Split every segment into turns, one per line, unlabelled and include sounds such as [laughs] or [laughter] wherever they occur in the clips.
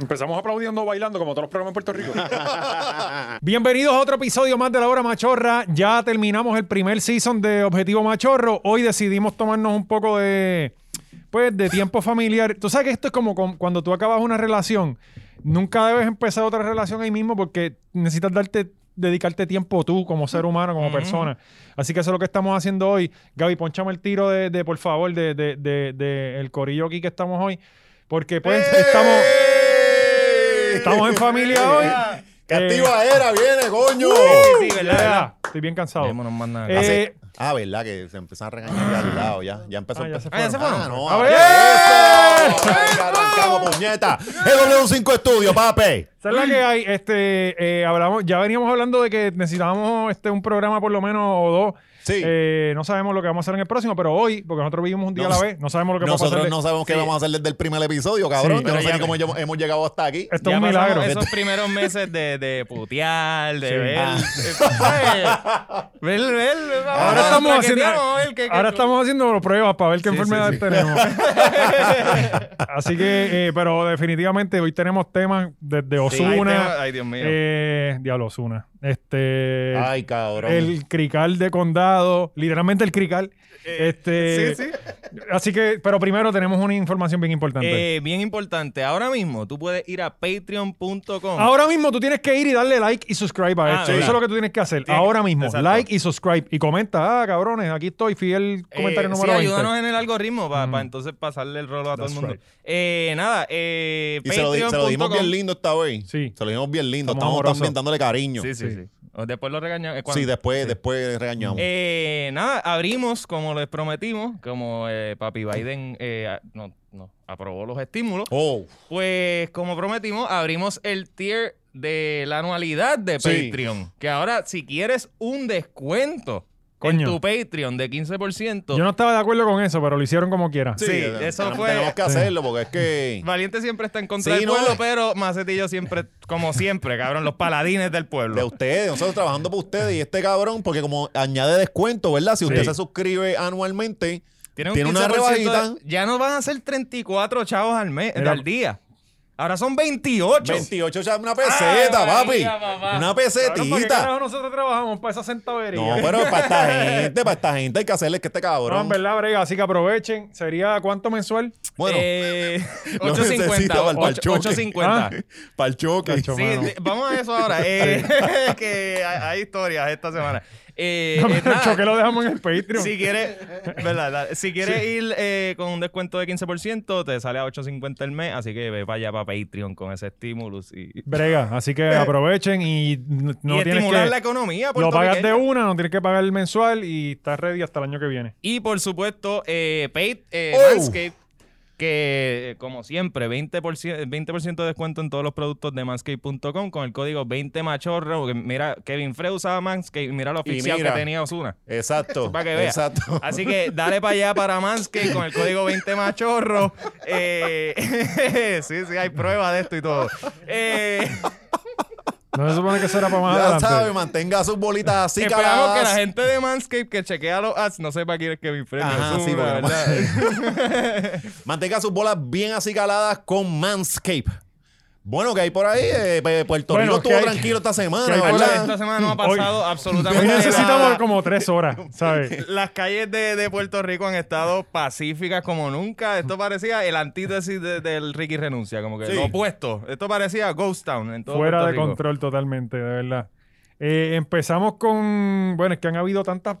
Empezamos aplaudiendo, bailando, como todos los programas en Puerto Rico.
Bienvenidos a otro episodio más de La Hora Machorra. Ya terminamos el primer season de Objetivo Machorro. Hoy decidimos tomarnos un poco de, pues, de tiempo familiar. Tú sabes que esto es como con- cuando tú acabas una relación. Nunca debes empezar otra relación ahí mismo porque necesitas darte dedicarte tiempo tú como ser humano, como persona. Así que eso es lo que estamos haciendo hoy. Gaby, ponchame el tiro de, de, por favor, de, de- de- de el corillo aquí que estamos hoy. Porque pues
¡Eh!
estamos... Estamos en familia hoy. Eh, Uh,
¡Que activa era! ¡Viene, coño!
Sí, ¿verdad? ¿verdad?
Ya, Estoy bien cansado.
Vámonos, más nada.
Eh,
Así- ah, ¿verdad? Que se empiezan a regañar ya al lado. Ya, ya empezó.
Ah, ya se
Ah, ya se fueron.
Ah, no,
A
ahora
ver. Eh.
eso.
[laughs]
Venga, arrancamos, puñeta. El W5 Estudio, papi.
¿Sabes la que hay? Este, eh, hablamos, ya veníamos hablando de que necesitábamos este, un programa por lo menos o dos.
Sí.
Eh, no sabemos lo que vamos a hacer en el próximo, pero hoy, porque nosotros vivimos un día a la
Nos-
vez, no sabemos lo que va a pasar.
Nosotros no sabemos qué vamos a hacer desde el primer episodio, cabrón.
Sí, Este,
Yo no
pero
sé
ya
ni
me-
cómo lle- hemos llegado hasta aquí.
Esto es
Ya
un
pasamos
milagro.
Esos primeros meses de, de putear, de
Sí.
ver.
Ah.
eh, Ver, ver, ver,
Ahora,
vamos,
estamos haciendo,
traqueteamos, ver qué- qué-
ahora estamos haciendo pruebas para ver qué
Sí, sí,
enfermedad
sí. [laughs]
tenemos. Así que, eh, pero definitivamente hoy tenemos temas desde
Sí, ahí
Osuna.
tengo- Ay, Dios mío. Ah,
eh, Diablo Osuna. Este.
Ay, cabrón.
el crical de condado, literalmente el crical. este,
Eh, sí, sí.
Así que, pero primero tenemos una información bien importante.
Eh, bien importante. Ahora mismo tú puedes ir a patreon.com.
Ahora mismo tú tienes que ir y darle like y subscribe a
Ah,
esto.
¿verdad?
Eso es lo que tú tienes que hacer.
Tienes-
Ahora mismo,
Exacto.
like y subscribe. Y comenta, ah, cabrones, aquí estoy, fiel
Eh,
comentario
sí,
número 20.
ayúdanos en el algoritmo para entonces pasarle el rolo a todo el
That's
mundo.
right.
Eh, nada, eh,
y se lo, di- se lo dijimos
patreon.com.
bien lindo esta vez.
Sí.
Se lo dijimos bien lindo.
Estamos
Estamos
amorosos.
también dándole cariño.
Sí,
Sí,
sí, sí. O Después lo regañamos. eh, cuando-
después, después regañamos.
Eh, nada, abrimos como les prometimos, como eh, papi Biden eh, a- no, no, aprobó los estímulos.
oh.
Pues como prometimos, abrimos el tier de la anualidad de
Sí.
Patreon. Que ahora, si quieres un descuento
Coño.
en tu Patreon de 15%,
Yo no estaba de acuerdo con eso, pero lo hicieron como quiera.
Sí, eso
tenemos-
fue-
Tenemos que hacerlo porque es que.
Valiente siempre está en contra
Sí,
del
no.
pueblo, pero Macetillo siempre, como siempre, cabrón, los paladines del
De
pueblo.
ustedes, nosotros trabajando por ustedes y este cabrón, porque como añade descuento, ¿verdad? Si usted
Sí.
se suscribe anualmente,
Tiene, un
tiene una
15% de-
rebajita.
ya no van a ser 34 chavos al mes,
Era-
al día. Ahora son 28.
28 ya una peseta,
Ay,
papi.
María, papá.
Una
Cabrón, ¿para qué
pesetita.
carajo nosotros trabajamos para esa centavería?
No, pero para
[laughs]
esta gente, para esta gente hay que hacerle que este
No, en
cabrón.
verdad, brega. Así que aprovechen. ¿Sería cuánto mensual?
Bueno, [laughs]
Eh,
lo necesita para el
850.
pa'l choque.
850.
Ah, para el choque.
Cacho,
Sí,
mano.
de- vamos a eso
[laughs]
ahora. eh, [laughs] que hay, hay historias esta semana.
[laughs]
Eh, eh,
el
nada,
choque lo dejamos en el Patreon.
si quieres, ¿verdad? La- Si quieres ir eh, con un descuento de 15%, te sale a 8.50 el mes, así que ve para allá para Patreon con ese estímulo. Y,
Brega, así que aprovechen y n- no
Eh, y
tienes
estimular
que...
la economía.
Lo pagas
puertorriqueña.
de una, no tienes que pagar el mensual y estás ready hasta el año que viene.
Y por supuesto, eh, Pate, eh,
Oh.
Manscaped, que eh, como siempre, 20%, 20 de descuento en todos los productos de manscaped.com con el código 20machorro. porque Mira, Kevin Frey usaba Manscaped, mira lo
Y
oficial que
mira. [laughs]
tenía Osuna.
Exacto.
Para que veas.
Exacto.
Así que dale para allá para Manscaped con el código 20machorro. Eh, [laughs] sí, sí, hay pruebas de esto y todo.
[laughs]
Eh,
No se supone que eso era para
[laughs]
más
Ya sabe,
adelante.
mantenga sus bolitas así,
esperamos que
caladas.
la gente de Manscaped que chequea los ads no sepa quién es Kevin Frey.
Ajá,
Ozuna,
sí, porque no-
¿verdad? [laughs]
Mantenga sus bolas bien acicaladas con Manscape. Bueno, que hay por ahí? Eh, Pe- Puerto
Bueno,
Rico
que
estuvo
hay-
tranquilo esta semana,
que hay por
¿verdad?
ahí?
Esta semana no
[laughs]
ha pasado absolutamente
Hoy
nada.
necesitamos como tres
[laughs]
horas, ¿sabes?
Las calles de, de Puerto Rico han estado pacíficas como nunca. Esto parecía el antítesis de- del Ricky Renuncia, como que
Sí.
lo opuesto. Esto parecía Ghost Town en todo
Fuera
Puerto
de
Rico.
control totalmente, de verdad. Eh, empezamos con... Bueno, es que han habido tantas...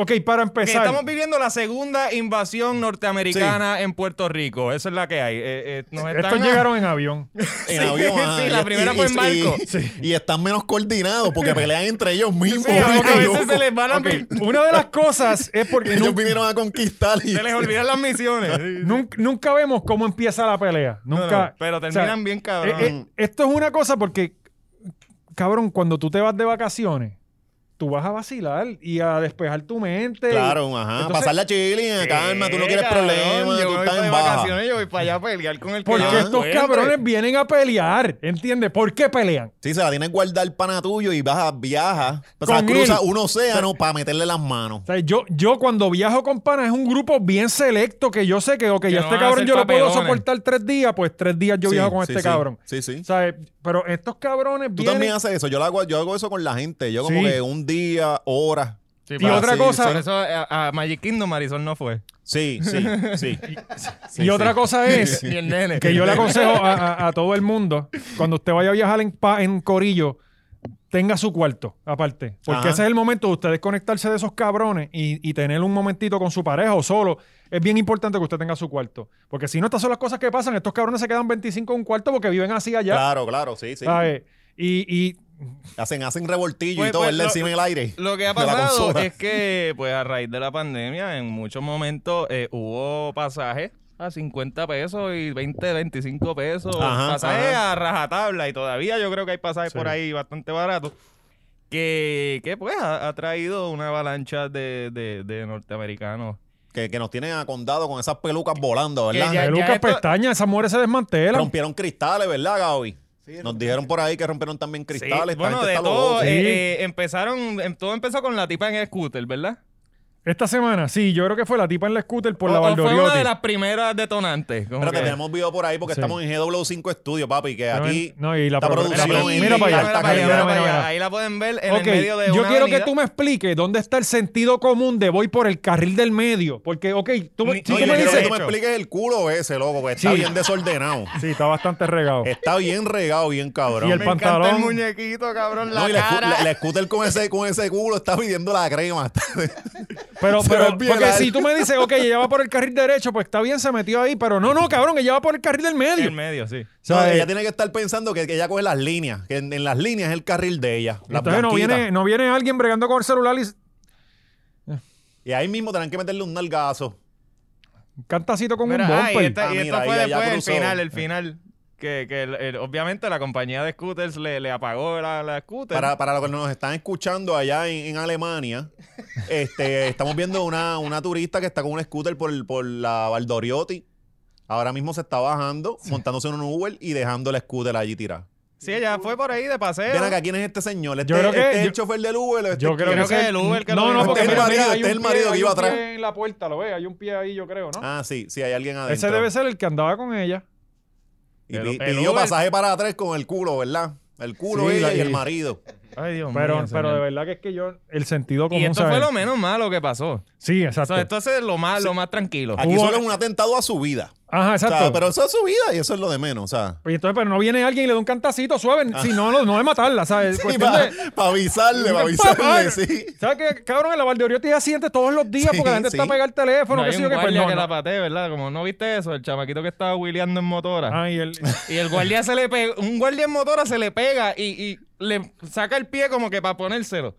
Ok, para
Que
empezar...
estamos viviendo la segunda invasión norteamericana en Puerto Rico. Eso es la que hay. Eh, eh, nos están
Estos llegaron en avión.
En
Sí,
avión.
sí,
ajá.
la
Y-
primera
y-
fue en
y-
barco.
Y, y están menos coordinados
[laughs]
porque pelean entre ellos mismos.
[laughs] Sí, a
Qué
[laughs]
veces
loco.
se les van a...
Ok, Una de las cosas es
[laughs]
porque
[laughs] Ellos
nunca,
vinieron a conquistar y
Se les olvidan las misiones.
nunca- nunca vemos cómo empieza la pelea.
No,
[laughs]
no,
Nunca...
pero
o sea,
terminan bien cabrón.
Eh, eh, esto es una cosa porque, cabrón, cuando tú te vas de vacaciones, tú vas a vacilar y a despejar tu mente.
Claro, ajá.
Entonces-
Pasar la chilling, calma, tú no
Eh,
quieres
cabrón,
problemas,
yo
tú
me
estás
voy
en
de
baja.
vacaciones, yo voy para allá a pelear con el que
Porque
yo pues.
Ah,
estos
encuentre.
cabrones vienen a pelear. ¿Entiendes? ¿Por qué pelean?
Sí, se la tienes guardar el pana tuyo y vas a viaja. O sea,
Con
cruza
él.
un océano para meterle las manos.
O sea, yo, yo cuando viajo con panas es un grupo bien selecto que yo sé que, ok,
Que
ya
no
este
van a
cabrón
ser
yo lo puedo
papelones.
soportar tres días, pues tres días yo
Sí,
viajo con
sí,
este
sí.
cabrón.
Sí, sí.
O sea, pero estos cabrones
Tú
vienen...
también haces eso. Yo, lo hago, yo hago eso con la gente. Yo como
Sí.
que un día, horas.
Sí,
Y
para-
otra
sí,
cosa,
Por eso a, a Magic Kingdom Marisol no fue.
Sí, sí, sí.
[laughs] y otra cosa
[laughs]
es
[laughs] Ni el nene.
que yo le aconsejo a, a- a todo el mundo, cuando usted vaya a viajar en, pa- en Corillo, tenga su cuarto aparte. Porque
Ajá.
ese es el momento de usted desconectarse de esos cabrones y, y tener un momentito con su pareja o solo. Es bien importante que usted tenga su cuarto. Porque si no, estas son las cosas que pasan. Estos cabrones se quedan 25 en un cuarto porque viven así allá.
Claro, claro, sí, sí.
¿sabes? Y, y
Hacen, hacen revoltillo y
Pues,
todo,
pues,
él le
lo-
encima en el aire.
Lo que ha
de la
pasado
consola.
es que, pues, a raíz de la pandemia, en muchos momentos eh, hubo pasajes a 50 pesos y 20, 25 pesos.
Ajá,
pasajes
ajá.
a rajatabla y todavía yo creo que hay pasajes por ahí bastante baratos. Que, que, pues, ha, ha traído una avalancha de, de- de norteamericanos.
Que, que nos tienen acondado con esas pelucas volando, ¿verdad?
Que ya-
pelucas,
esto-
pestañas, esas mujeres se desmantelan.
Rompieron cristales, ¿verdad, Gaby? Nos dijeron por ahí que rompieron también cristales. Esta
Sí, bueno,
gente
de
está
todo.
loca.
eh,
Sí.
eh, empezaron, em- todo empezó con la tipa en el scooter, ¿verdad?
Esta semana, sí, yo creo que fue la tipa en la scooter por la
O- o fue una de
Valdoriotti.
las primeras detonantes. como
Espérate,
que-
tenemos video por ahí porque
Sí.
estamos en GW5 Estudio, papi, que
No,
aquí
no, y la
la
produ-
producción
la produ-
es
mira para allá,
alta
mira para allá,
calidad.
mira para
mira,
allá.
mira.
Ahí la pueden ver en
Ok,
el medio de
yo
una
quiero
avenida.
que tú me expliques dónde está el sentido común de voy por el carril del medio. Porque, ok, tú, me-
Ni-
si
No,
tú me
yo quiero que
dices...
tú me expliques el culo ese, loco, porque está
Sí.
bien desordenado.
Sí, está bastante regado.
Eh,
Está bien regado, bien cabrón.
Y el
Me
pan-
encanta
pantalón.
muñequito, cabrón,
No, y la, scu- la- la scooter con ese, con ese culo está pidiendo la crema. [laughs]
Pero,
se
pero-
ve bien
porque
largo.
si tú me dices, ok, ella va por el carril derecho, pues está bien, se metió ahí. Pero no, no, cabrón, ella va por el carril del
[laughs] En
medio.
el medio, sí.
O sea,
No,
eh,
ella tiene que estar pensando que, que ella coge las líneas, que en, en las líneas es el carril de ella. las
entonces no
blanquitas.
viene, no viene alguien bregando con el celular y s-
Y ahí mismo tendrán que meterle un nalgazo.
un cantacito con
Mira,
un
ah, y
bumper.
esta,
Ah,
y esta
mira,
fue
ahí- ahí
después, el
cruzó.
final, el final. Que, que el- el- obviamente la compañía de scooters le, le apagó la, la scooter.
Para, para los que nos están escuchando allá en, en Alemania, este, estamos viendo una, una turista que está con un scooter por, el- por la Valdoriotti. Ahora mismo se está bajando, montándose en un Uber y dejando el scooter allí tirado.
sí, ella fue por ahí de paseo.
Ven acá, ¿quién es este señor? ¿Este,
Yo creo que-
este es
yo-
el chofer del Uber? o este
Yo
es
creo,
quién?
creo
que,
que
es
el Uber que lo
No, no,
dijo.
porque
Este es
mira,
el marido,
mira, hay
este
un
es el marido
pie-
que
hay
iba
un pie
atrás.
en la puerta, lo ve, hay un pie ahí, yo creo, ¿no?
Ah, sí, sí, hay alguien adentro.
Ese debe ser el que andaba con ella.
Y
El-
pi-
el
pidió
Uber.
pasaje para tres con el culo, ¿verdad? El culo
Sí,
ella
la-
y el
y-
marido.
Ay, Dios
Pero,
mío,
pero de
señor.
verdad que es que yo, el sentido común.
Y esto
¿sabes?
fue lo menos malo que pasó.
Sí,
O
exacto.
sea, esto es lo más, lo más tranquilo.
Aquí
Hubo-
solo es un atentado a su vida.
Ajá,
O sea,
exacto.
pero eso es su vida y eso es lo de menos. O sea,
Pues entonces, pero no viene alguien y le da un cantacito suave.
Ah.
Si no, no, no de matarla, ¿sabes? Cuestión
para
de-
[laughs]
[laughs]
avisarle, para avisarle, sí.
¿Sabes qué, cabrón? En la Valdoriotti hay accidentes todos los días porque la gente
Sí,
está
sí.
pegada al teléfono,
No,
qué
hay
sé
un
yo, qué pues
guardia
no,
que
no.
la pateé, ¿verdad? Como no viste eso, el chamaquito que estaba wheeleando en motora.
Ay, el-
Y el guardia se le pega, un guardia en motora se le pega y, y le saca el pie como que para ponérselo.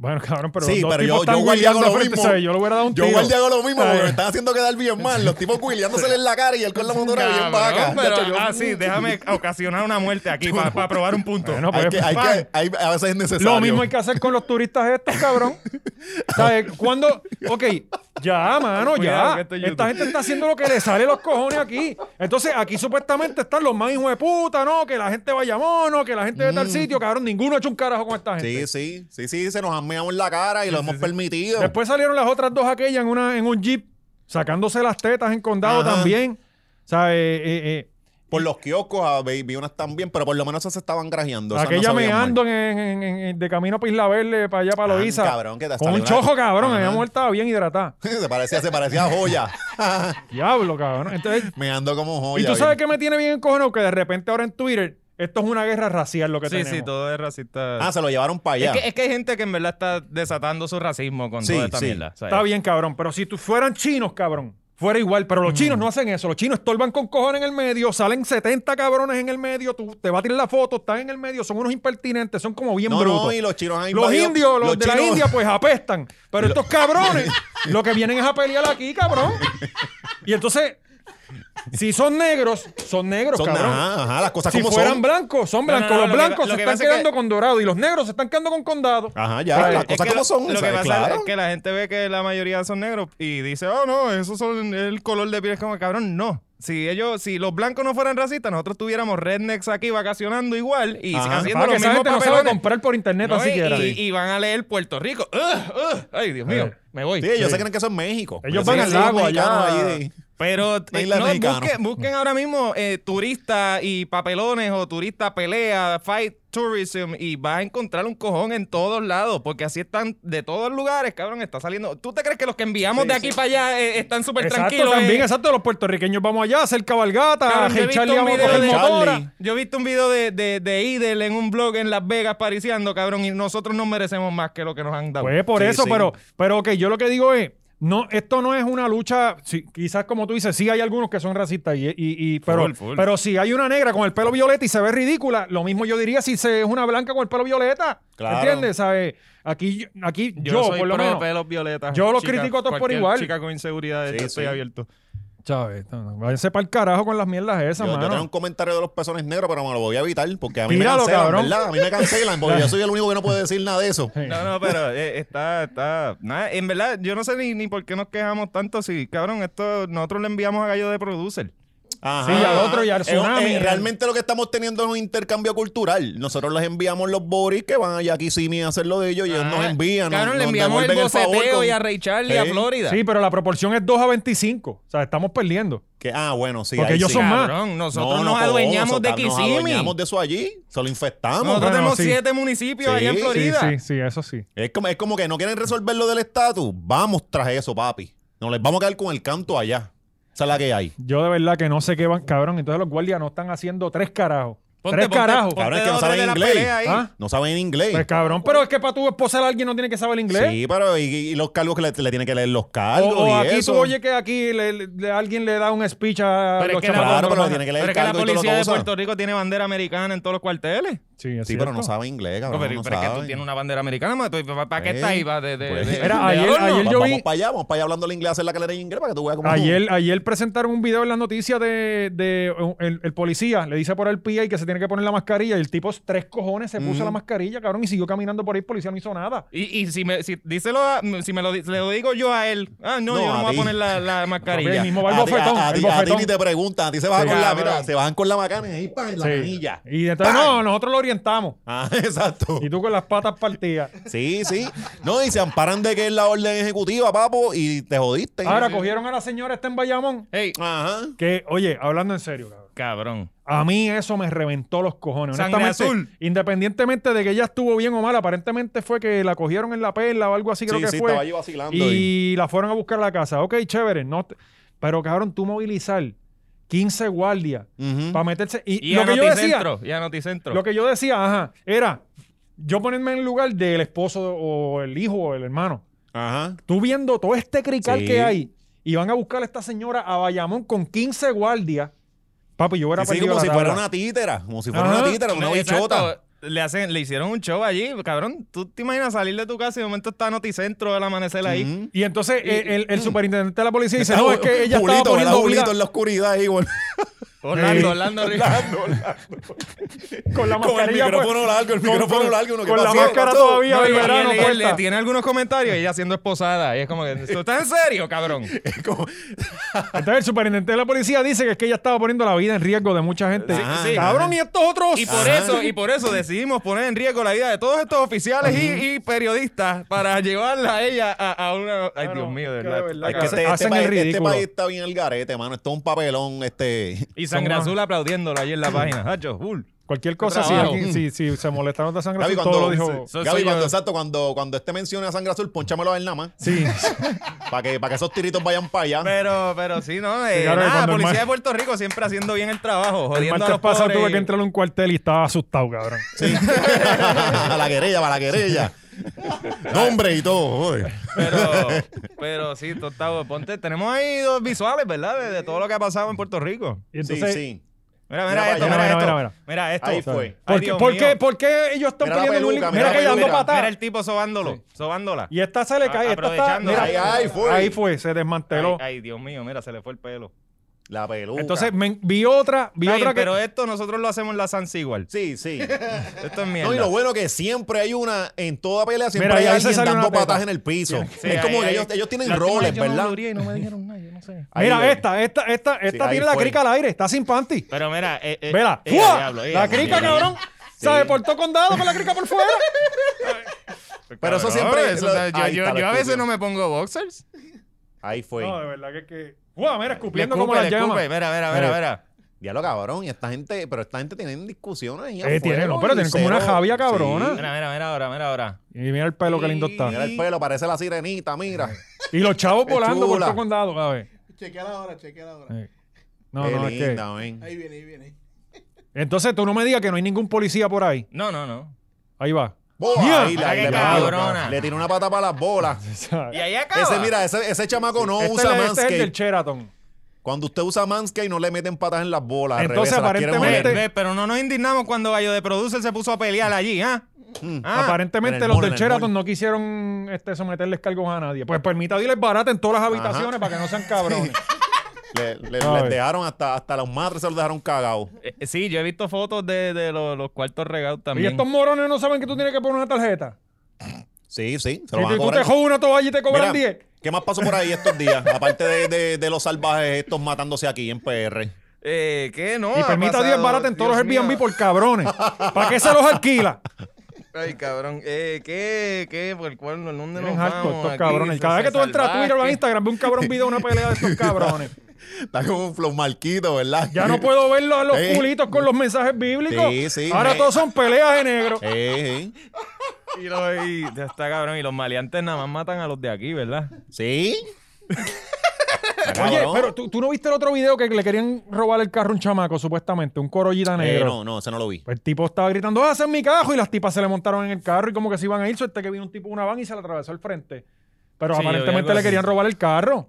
Bueno, cabrón, pero
sí,
dos
pero
tipos
yo,
están
yo guardia hago
guardeando
lo
frente,
mismo.
¿sabes? Yo le hubiera dado un
Yo
tiro.
guardia hago lo mismo porque
Ay.
me están haciendo quedar bien mal. Los tipos cuileándosele en la cara y
[laughs]
él con la motora bien
Cabrón,
vaca.
pero,
Chacho, yo- [laughs]
ah, sí, déjame ocasionar una muerte aquí para probar un punto.
Bueno,
Hay
pues,
que, hay
pan.
que, hay- a veces es necesario.
Lo mismo hay que hacer con los turistas estos, cabrón. ¿Sabes? Cuando. Ok, ya, mano,
Cuidado,
ya.
que esto es
Esta
YouTube.
gente está haciendo lo que le sale los cojones aquí. Entonces, aquí supuestamente están los más hijos de puta, ¿no? Que la gente vaya mono, que la gente de tal sitio, cabrón. Ninguno ha hecho un carajo con esta gente.
Mm. Sí, sí, sí, sí, se nos han meado en la cara y lo hemos permitido.
Después salieron las otras dos aquellas en, una, en un jeep, sacándose las tetas en condado
Ajá.
también. O sea, eh, eh, eh,
Por los kioscos ah, vi, vi unas también, pero por lo menos esas se estaban grajeando. esas no
aquella
sabían mal.
meando en, en- en- en- de camino para Isla Verde, para allá, para
Ah,
Loíza.
cabrón, que te
con
salió
un
una-
chojo, cabrón.
[laughs] Ajá.
Había mujer estaba bien hidratada.
se parecía, se parecía a joya.
Diablo, cabrón. Entonces,
meando como joya.
y tú sabes
bien.
que me tiene bien encojonado que de repente ahora en Twitter esto es una guerra racial lo que
Sí,
tenemos.
sí, todo es racista.
Ah, se lo llevaron para allá.
es, que, es que hay gente que en verdad está desatando su racismo con
Sí,
toda esta
sí.
mierda. ¿sabes?
Está bien, cabrón, pero si tú fueran chinos, cabrón, fuera igual, pero
Mm.
los chinos no hacen eso. Los chinos estorban con cojones en el medio, salen 70 cabrones en el medio, tú te vas a tirar la foto, están en el medio, son unos impertinentes, son como bien
no,
brutos.
no, y los chinos han
los
invadido-
indios, los, de la
chinos-
India, pues apestan. Pero estos cabrones, lo que vienen es a pelear aquí, cabrón. Y entonces, Si son negros, son negros,
[laughs] Son,
cabrón.
ajá, ajá, las cosas
Si
como
fueran
son.
blancos, son
No, no,
blancos.
no,
los
lo que-
blancos
lo
se
que
están
pasa es
quedando
que-
con dorado y los negros se están quedando con condado.
Ajá, ya,
Claro,
las
Es
cosas
que
como
lo-
son.
Lo que
¿sabes?
pasa
Claro.
es que la gente ve que la mayoría son negros y dice, oh no, esos son el color de piel. Es como cabrón, no. Si ellos, si los blancos no fueran racistas, nosotros tuviéramos rednecks aquí vacacionando igual y
Ajá.
Ah,
haciendo
que
los
esa
mismos
gente no sabe
papelones.
comprar por internet
No,
tan
y,
siquiera.
y- y van a leer Puerto Rico. Ugh, ugh. Ay, Dios mío,
Eh.
me voy.
Sí, ellos se creen que son México.
Ellos
Yo sé
van
que
al
son
lago
mexicanos
allá.
ahí de-
Pero eh,
[laughs] Una isla de
no,
mexicanos.
busquen, busquen ahora mismo eh, turistas y papelones o turista pelea, fight tourism y vas a encontrar un cojón en todos lados porque así están de todos lugares, cabrón, está saliendo. ¿Tú te crees que los que enviamos de aquí para allá eh, están súper
Exacto,
tranquilos?
también,
eh?
exacto. Los puertorriqueños vamos allá a hacer cabalgata, a
Cabrón, yo, he visto
echarle
un
agua
video
con
de
el
Charlie.
motora. yo he visto un video de, de, de Idel en un blog en Las Vegas pariciando, cabrón, y nosotros no merecemos más que lo que nos han dado.
Pues por
Sí,
eso,
sí.
pero, pero ok, yo lo que digo es, no, esto no es una lucha, sí, quizás como tú dices, sí hay algunos que son racistas, y, y- y- pero,
Full, full.
pero si hay una negra con el pelo violeta y se ve ridícula, lo mismo yo diría si se es una blanca con el pelo violeta,
Claro.
¿entiendes? ¿Sabes? Aquí, yo- aquí yo,
soy
por lo
pro
menos,
pelos violetas.
yo los
Chica,
critico a todos por
cualquier
igual.
Chica con inseguridad,
Sí,
estoy
sí.
abierto.
¿sabes? No, no, Váyanse para el carajo con las mierdas esas,
Yo, yo
mano.
tenía un comentario de los pezones negros, pero me lo voy a evitar porque a mí
Tíralo,
me cancelan,
cabrón.
¿verdad? A mí me cancelan
[laughs]
porque yo soy el único que no puede decir nada de eso.
No, no, pero eh, está, está. nada, en verdad, yo no sé ni, ni por qué nos quejamos tanto si, cabrón, esto nosotros le enviamos a Gallo de Producer.
Ajá.
Sí, y al otro, y al
Es un-
tsunami.
eh, realmente lo que estamos teniendo es un intercambio cultural. Nosotros les enviamos los boris que van allá aquí Simi a hacer lo de ellos y ellos nos
Ah,
envían.
Cabrón,
nos-
le
nos
enviamos el
devuelven favor
boceteo
con-
y a Ray Charlie a
Sí.
Florida.
Sí, pero la proporción es 2 a 25, o sea, estamos perdiendo.
que- ah, bueno, sí.
Porque
ahí
ellos
sí.
son más.
Cabrón, nosotros
No, no,
nos adueñamos
cojones,
de
nos
Kissimmee.
adueñamos de eso allí, se lo infectamos.
Nosotros
Bueno,
tenemos
sí.
siete municipios
Sí,
allá en
sí,
Sí,
Florida.
sí, sí, eso sí.
Es como, es como que no quieren resolver lo del estatus. Vamos tras eso, papi. Nos les vamos a quedar con el canto allá. Esa es la que hay.
Yo de verdad que no sé qué van, cabrón. Entonces los guardias no están haciendo tres carajos.
Ponte,
tres
ponte,
carajos.
ponte
Cabrón, es que no
dos, tres
saben
de la
inglés.
pelea ahí.
¿Ah?
No saben inglés.
Pues cabrón, pero es que para tú esposar a alguien no tiene que saber inglés.
Sí, pero y, y los cargos que le, le tienen que leer los
O,
cargos.
o
y
aquí
eso.
tú oyes que aquí le- le- alguien le da un speech a
Pero es
los
que la-
chamacos.
Claro, pero lo tiene que leer
Pero es que la
cargo y toda la
policía de
cosa.
Puerto Rico tiene bandera americana en todos los cuarteles.
Sí, es
Sí, pero no
cierto.
saben inglés,
No,
cabrón.
pero,
no
pero es que tú
saben.
tienes una bandera americana, ma, tú- ¿para para qué
Sí.
está ahí? Va, de- de-
Pues.
de-
Mira,
de
ayer-
adorno.
ayer-
Va-
yo
vamos
vi-
para allá, vamos para allá hablando el inglés, hacer la que le den inglés para que tú veas cómo.
Ayer, ayer presentaron un video en las noticias de, de un- el, el policía, le dice por el PI que se tiene que poner la mascarilla y el tipo tres cojones se puso la mascarilla, cabrón, y siguió caminando por ahí, el policía no hizo nada.
Y, y si me, si, díselo a- si me lo, di- se lo digo yo a él, ah, no,
No,
yo no
a
me voy a
ti.
poner la, la
Papi,
mascarilla.
el mismo va el
a, ti-
bofetón,
a- a
el
ti- a ti
bofetón.
ni te preguntan, a ti se bajan
Sí.
con la,
Cabrón.
mira, se bajan con la macana y ahí, pa, en la
Sí.
manilla.
Y entonces,
¡Pam!
no, nosotros lo orientamos.
Ah, [laughs] exacto.
Y tú con las patas partidas.
[laughs] Sí, sí. No, y se amparan de que es la orden ejecutiva, papo, y te jodiste.
Ahora cogieron a la señora esta en Bayamón.
Ey,
Ajá.
Que, oye, hablando en serio, cabrón.
cabrón.
A mí eso me reventó los cojones.
Sangre
Honestamente,
azul.
independientemente de que ella estuvo bien o mal, aparentemente fue que la cogieron en la perla o algo así, creo
Sí,
que
sí,
fue.
estaba allí vacilando
y la fueron a buscar a la casa. Ok, chévere. No te- Pero cabrón, tú movilizar 15 guardias
Ujú.
para meterse. Y,
Y
lo
a
que yo decía,
Noticentro, y a Noticentro.
lo que yo decía, ajá, era yo ponerme en el lugar del esposo o el hijo o el hermano.
Ajá.
Tú viendo todo este crical
Sí.
que hay y van a buscar a esta señora a Bayamón con 15 guardias. Papi, yo era
Sí, sí, como si fuera una títera, como si fuera
Ajá.
una títera, una
No, exacto.
bichota.
Le, hacen, le hicieron un show allí, cabrón. ¿Tú te imaginas salir de tu casa y de momento está Noticentro del amanecer ahí?
Ujú.
Y entonces eh, el, el superintendente de la policía dice,
Mm. Está
no, es que ella
Julito,
estaba
¿verdad?
poniendo
Julito
vida
en la oscuridad ahí, bueno.
Orlando,
Sí.
Orlando, Orlando.
con la
Con el
mascarilla.
micrófono
pues,
largo, el
con-
micrófono
con-
largo, uno que
Con la
pasea,
máscara
pasó.
todavía
No, y-
de
y
verano
él- él-
puesta.
tiene algunos comentarios y ella siendo esposada. Y es como que, ¿tú estás en serio, cabrón?
Es
[laughs]
como-
Entonces el superintendente de la policía dice que es que ella estaba poniendo la vida en riesgo de mucha gente. Ah,
Sí,
Ajá,
sí.
Cabrón, y estos otros... Ah.
Y por eso, y por eso decidimos poner en riesgo la vida de todos estos oficiales y, y periodistas para llevarla a ella a, a una. Ay,
Ah,
Dios
no,
mío, de
que
verdad.
verdad
Es que
que
este, este
hacen
país,
el
este
ridículo.
país está bien el garete, mano. Esto es un papelón, este.
Y Sangre
Son-
Azul aplaudiéndolo ahí en la página. Hacho, bull.
Cualquier cosa, si,
Trabajo.
alguien- si, si se molestaron de sangre,
Gaby,
azul, todo lo
cuando,
dijo...
sí,
Soy
Gaby, cuando-
yo.
exacto, cuando, cuando este mencione a sangre azul, ponchámelo a él nada más. [laughs]
Sí,
Para que, para que esos tiritos vayan para allá.
Pero, pero sí, ¿no? Eh,
claro,
nada,
cuando el
policía
mar-
de Puerto Rico siempre haciendo bien el trabajo,
el
jodiendo a
martes
los
pasado
pobres.
tuve que entrar a un cuartel y estaba asustado, cabrón.
Sí. [laughs] a la querella, para la querella. Nombre y todo. oye.
[laughs]
Pero, pero sí, Tostavo, ponte. Tenemos ahí dos visuales, ¿verdad? De, de todo lo que ha pasado en Puerto Rico.
Y entonces,
sí, sí.
Mira, mira,
Mira
esto,
para allá,
mira,
mira,
esto.
mira, mira.
Mira esto.
Ahí fue.
Ay,
¿Por, qué,
Dios
por
mío.
qué- por qué ellos están
Mira la
pidiendo un
peluca,
link?
mira
Mira
la
que ella dando
peluca.
patadas.
Mira el tipo sobándolo, sobándola.
Y esta se le
A-
cae. Esta está,
aprovechando.
mira,
Ahí, ahí fue.
Ahí fue, se
Ay,
desmanteló.
ay, Dios mío, mira, se le fue el pelo.
La peluca.
Entonces me- vi otra, vi
Está bien,
otra que...
Pero esto nosotros lo hacemos en la San igual.
Sí, sí.
Esto es mierda.
No, y lo bueno que siempre hay una, en toda pelea, siempre
Mira,
hay
ahí se
alguien
salió
dando
una teta.
patas en el piso.
Sí,
es
ahí-
como que
ahí-
ellos, ellos tienen
La última
roles,
vez yo
¿verdad?
No abrí y no me dijeron nada, yo no sé.
Ahí
Mira,
le-
esta, esta, esta, esta
ahí
tiene la
fue.
crica al aire, está sin panty.
Pero mira, eh, eh,
Vela.
eh,
¡Fua!
diablo, eh,
la
diablo,
crica,
eh,
cabrón. Se deportó con dado con la crica por fuera.
Pero eso
cabrón,
siempre-
eso
lo-
está- yo
ahí
yo-
está la
yo a veces
excusa.
no me pongo boxers.
Ahí [laughs] fue.
No, de verdad que es que. ¡Guau! Mira,
Le
escupiendo como
escupe,
las
le
llamas.
escupe. Mira, mira,
Eh.
mira, mira.
Diablo, cabrón. Y esta gente, pero esta gente tienen discusiones ahí.
Eh, tiene, no, pero tienen
tienen
como una jabia cabrona.
Mira, mira, mira ahora, mira ahora.
Y mira el pelo que lindo
Mira
está.
el pelo, parece la sirenita, mira.
Y los chavos
Qué
volando por
chula.
todo condado, a ver.
Chequea la hora, chequea la hora.
Eh, No,
Qué
no, es que.
linda, men.
Ahí viene, ahí [laughs] viene.
Entonces tú no me digas que no hay ningún policía por ahí.
No, no, no.
Ahí va. [laughs]
Boa,
Ya.
ahí, la-
Ay,
le,
qué
pegó.
cabrona.
Le tiró una pata para las bolas.
Ese
Y ahí acaba.
Ese, mira, ese, ese chamaco no
es
usa
el- este es el
Manscaped.
del Sheraton.
Cuando usted usa Manscaped, no le meten patas en las bolas. al
Entonces,
revés, se las quieren
Ve,
aparentemente-
oler.
ve, pero no nos indignamos cuando Gallo de Producer se puso a pelear allí, ¿ah? Ah,
en
Aparentemente
el
los
mall,
del
en el
Sheraton
mall.
no quisieron este, someterles cargos a nadie. Pues permita diles barata en todas las habitaciones para que no sean
[laughs]
cabrones.
Le, le-
A
les
ver.
dejaron hasta, hasta los matres, se los dejaron cagados.
eh, sí, yo he visto fotos de, de los, los cuartos regados
Y
también.
estos morones no saben que tú tienes que poner una tarjeta.
Sí, sí, se
Y
los van a
tú- tú
cobrar.
te jodas una toalla y te cobran
Mira,
10.
¿Qué más pasó por ahí estos días? [laughs] Aparte de, de- de los salvajes estos matándose aquí en PR.
Eh, ¿Qué? No.
Y
ha
permita
pasado-
10 baratas en todos los
Dios mío.
Airbnb por
[laughs]
cabrones. ¿Para qué se los alquila?
Ay, cabrón. Eh, ¿Qué? ¿Qué? ¿Por cuál? ¿En dónde nos
Tienen harto
vamos
estos
aquí?
cabrones. Cada vez que tú entras a Twitter o a
Salvaje.
Instagram, ve un cabrón video de una pelea de
[laughs]
estos cabrones.
Está como un flow marquito, ¿verdad?
Ya
[laughs]
no puedo ver los, los
Sí.
culitos con los mensajes bíblicos.
Sí, sí.
Ahora todos son peleas de negro.
Eh, eh.
Y, los, y ya está, cabrón. Y los maleantes nada más matan a los de aquí, ¿verdad?
[laughs] Sí.
Eh,
Está
Oye,
cabrón.
pero ¿tú, tú no viste el otro video que le querían robar el carro a un chamaco, supuestamente, un corollita
Eh,
negro.
no, no, ese no lo vi.
Pues el tipo estaba gritando, ¡Ah, ese es mi cajo! Y las tipas se le montaron en el carro y como que se iban a ir. Suerte que vino un tipo de una van y se le atravesó el frente. Pero
Sí, yo vi
aparentemente
algo
le
así.
querían robar el carro.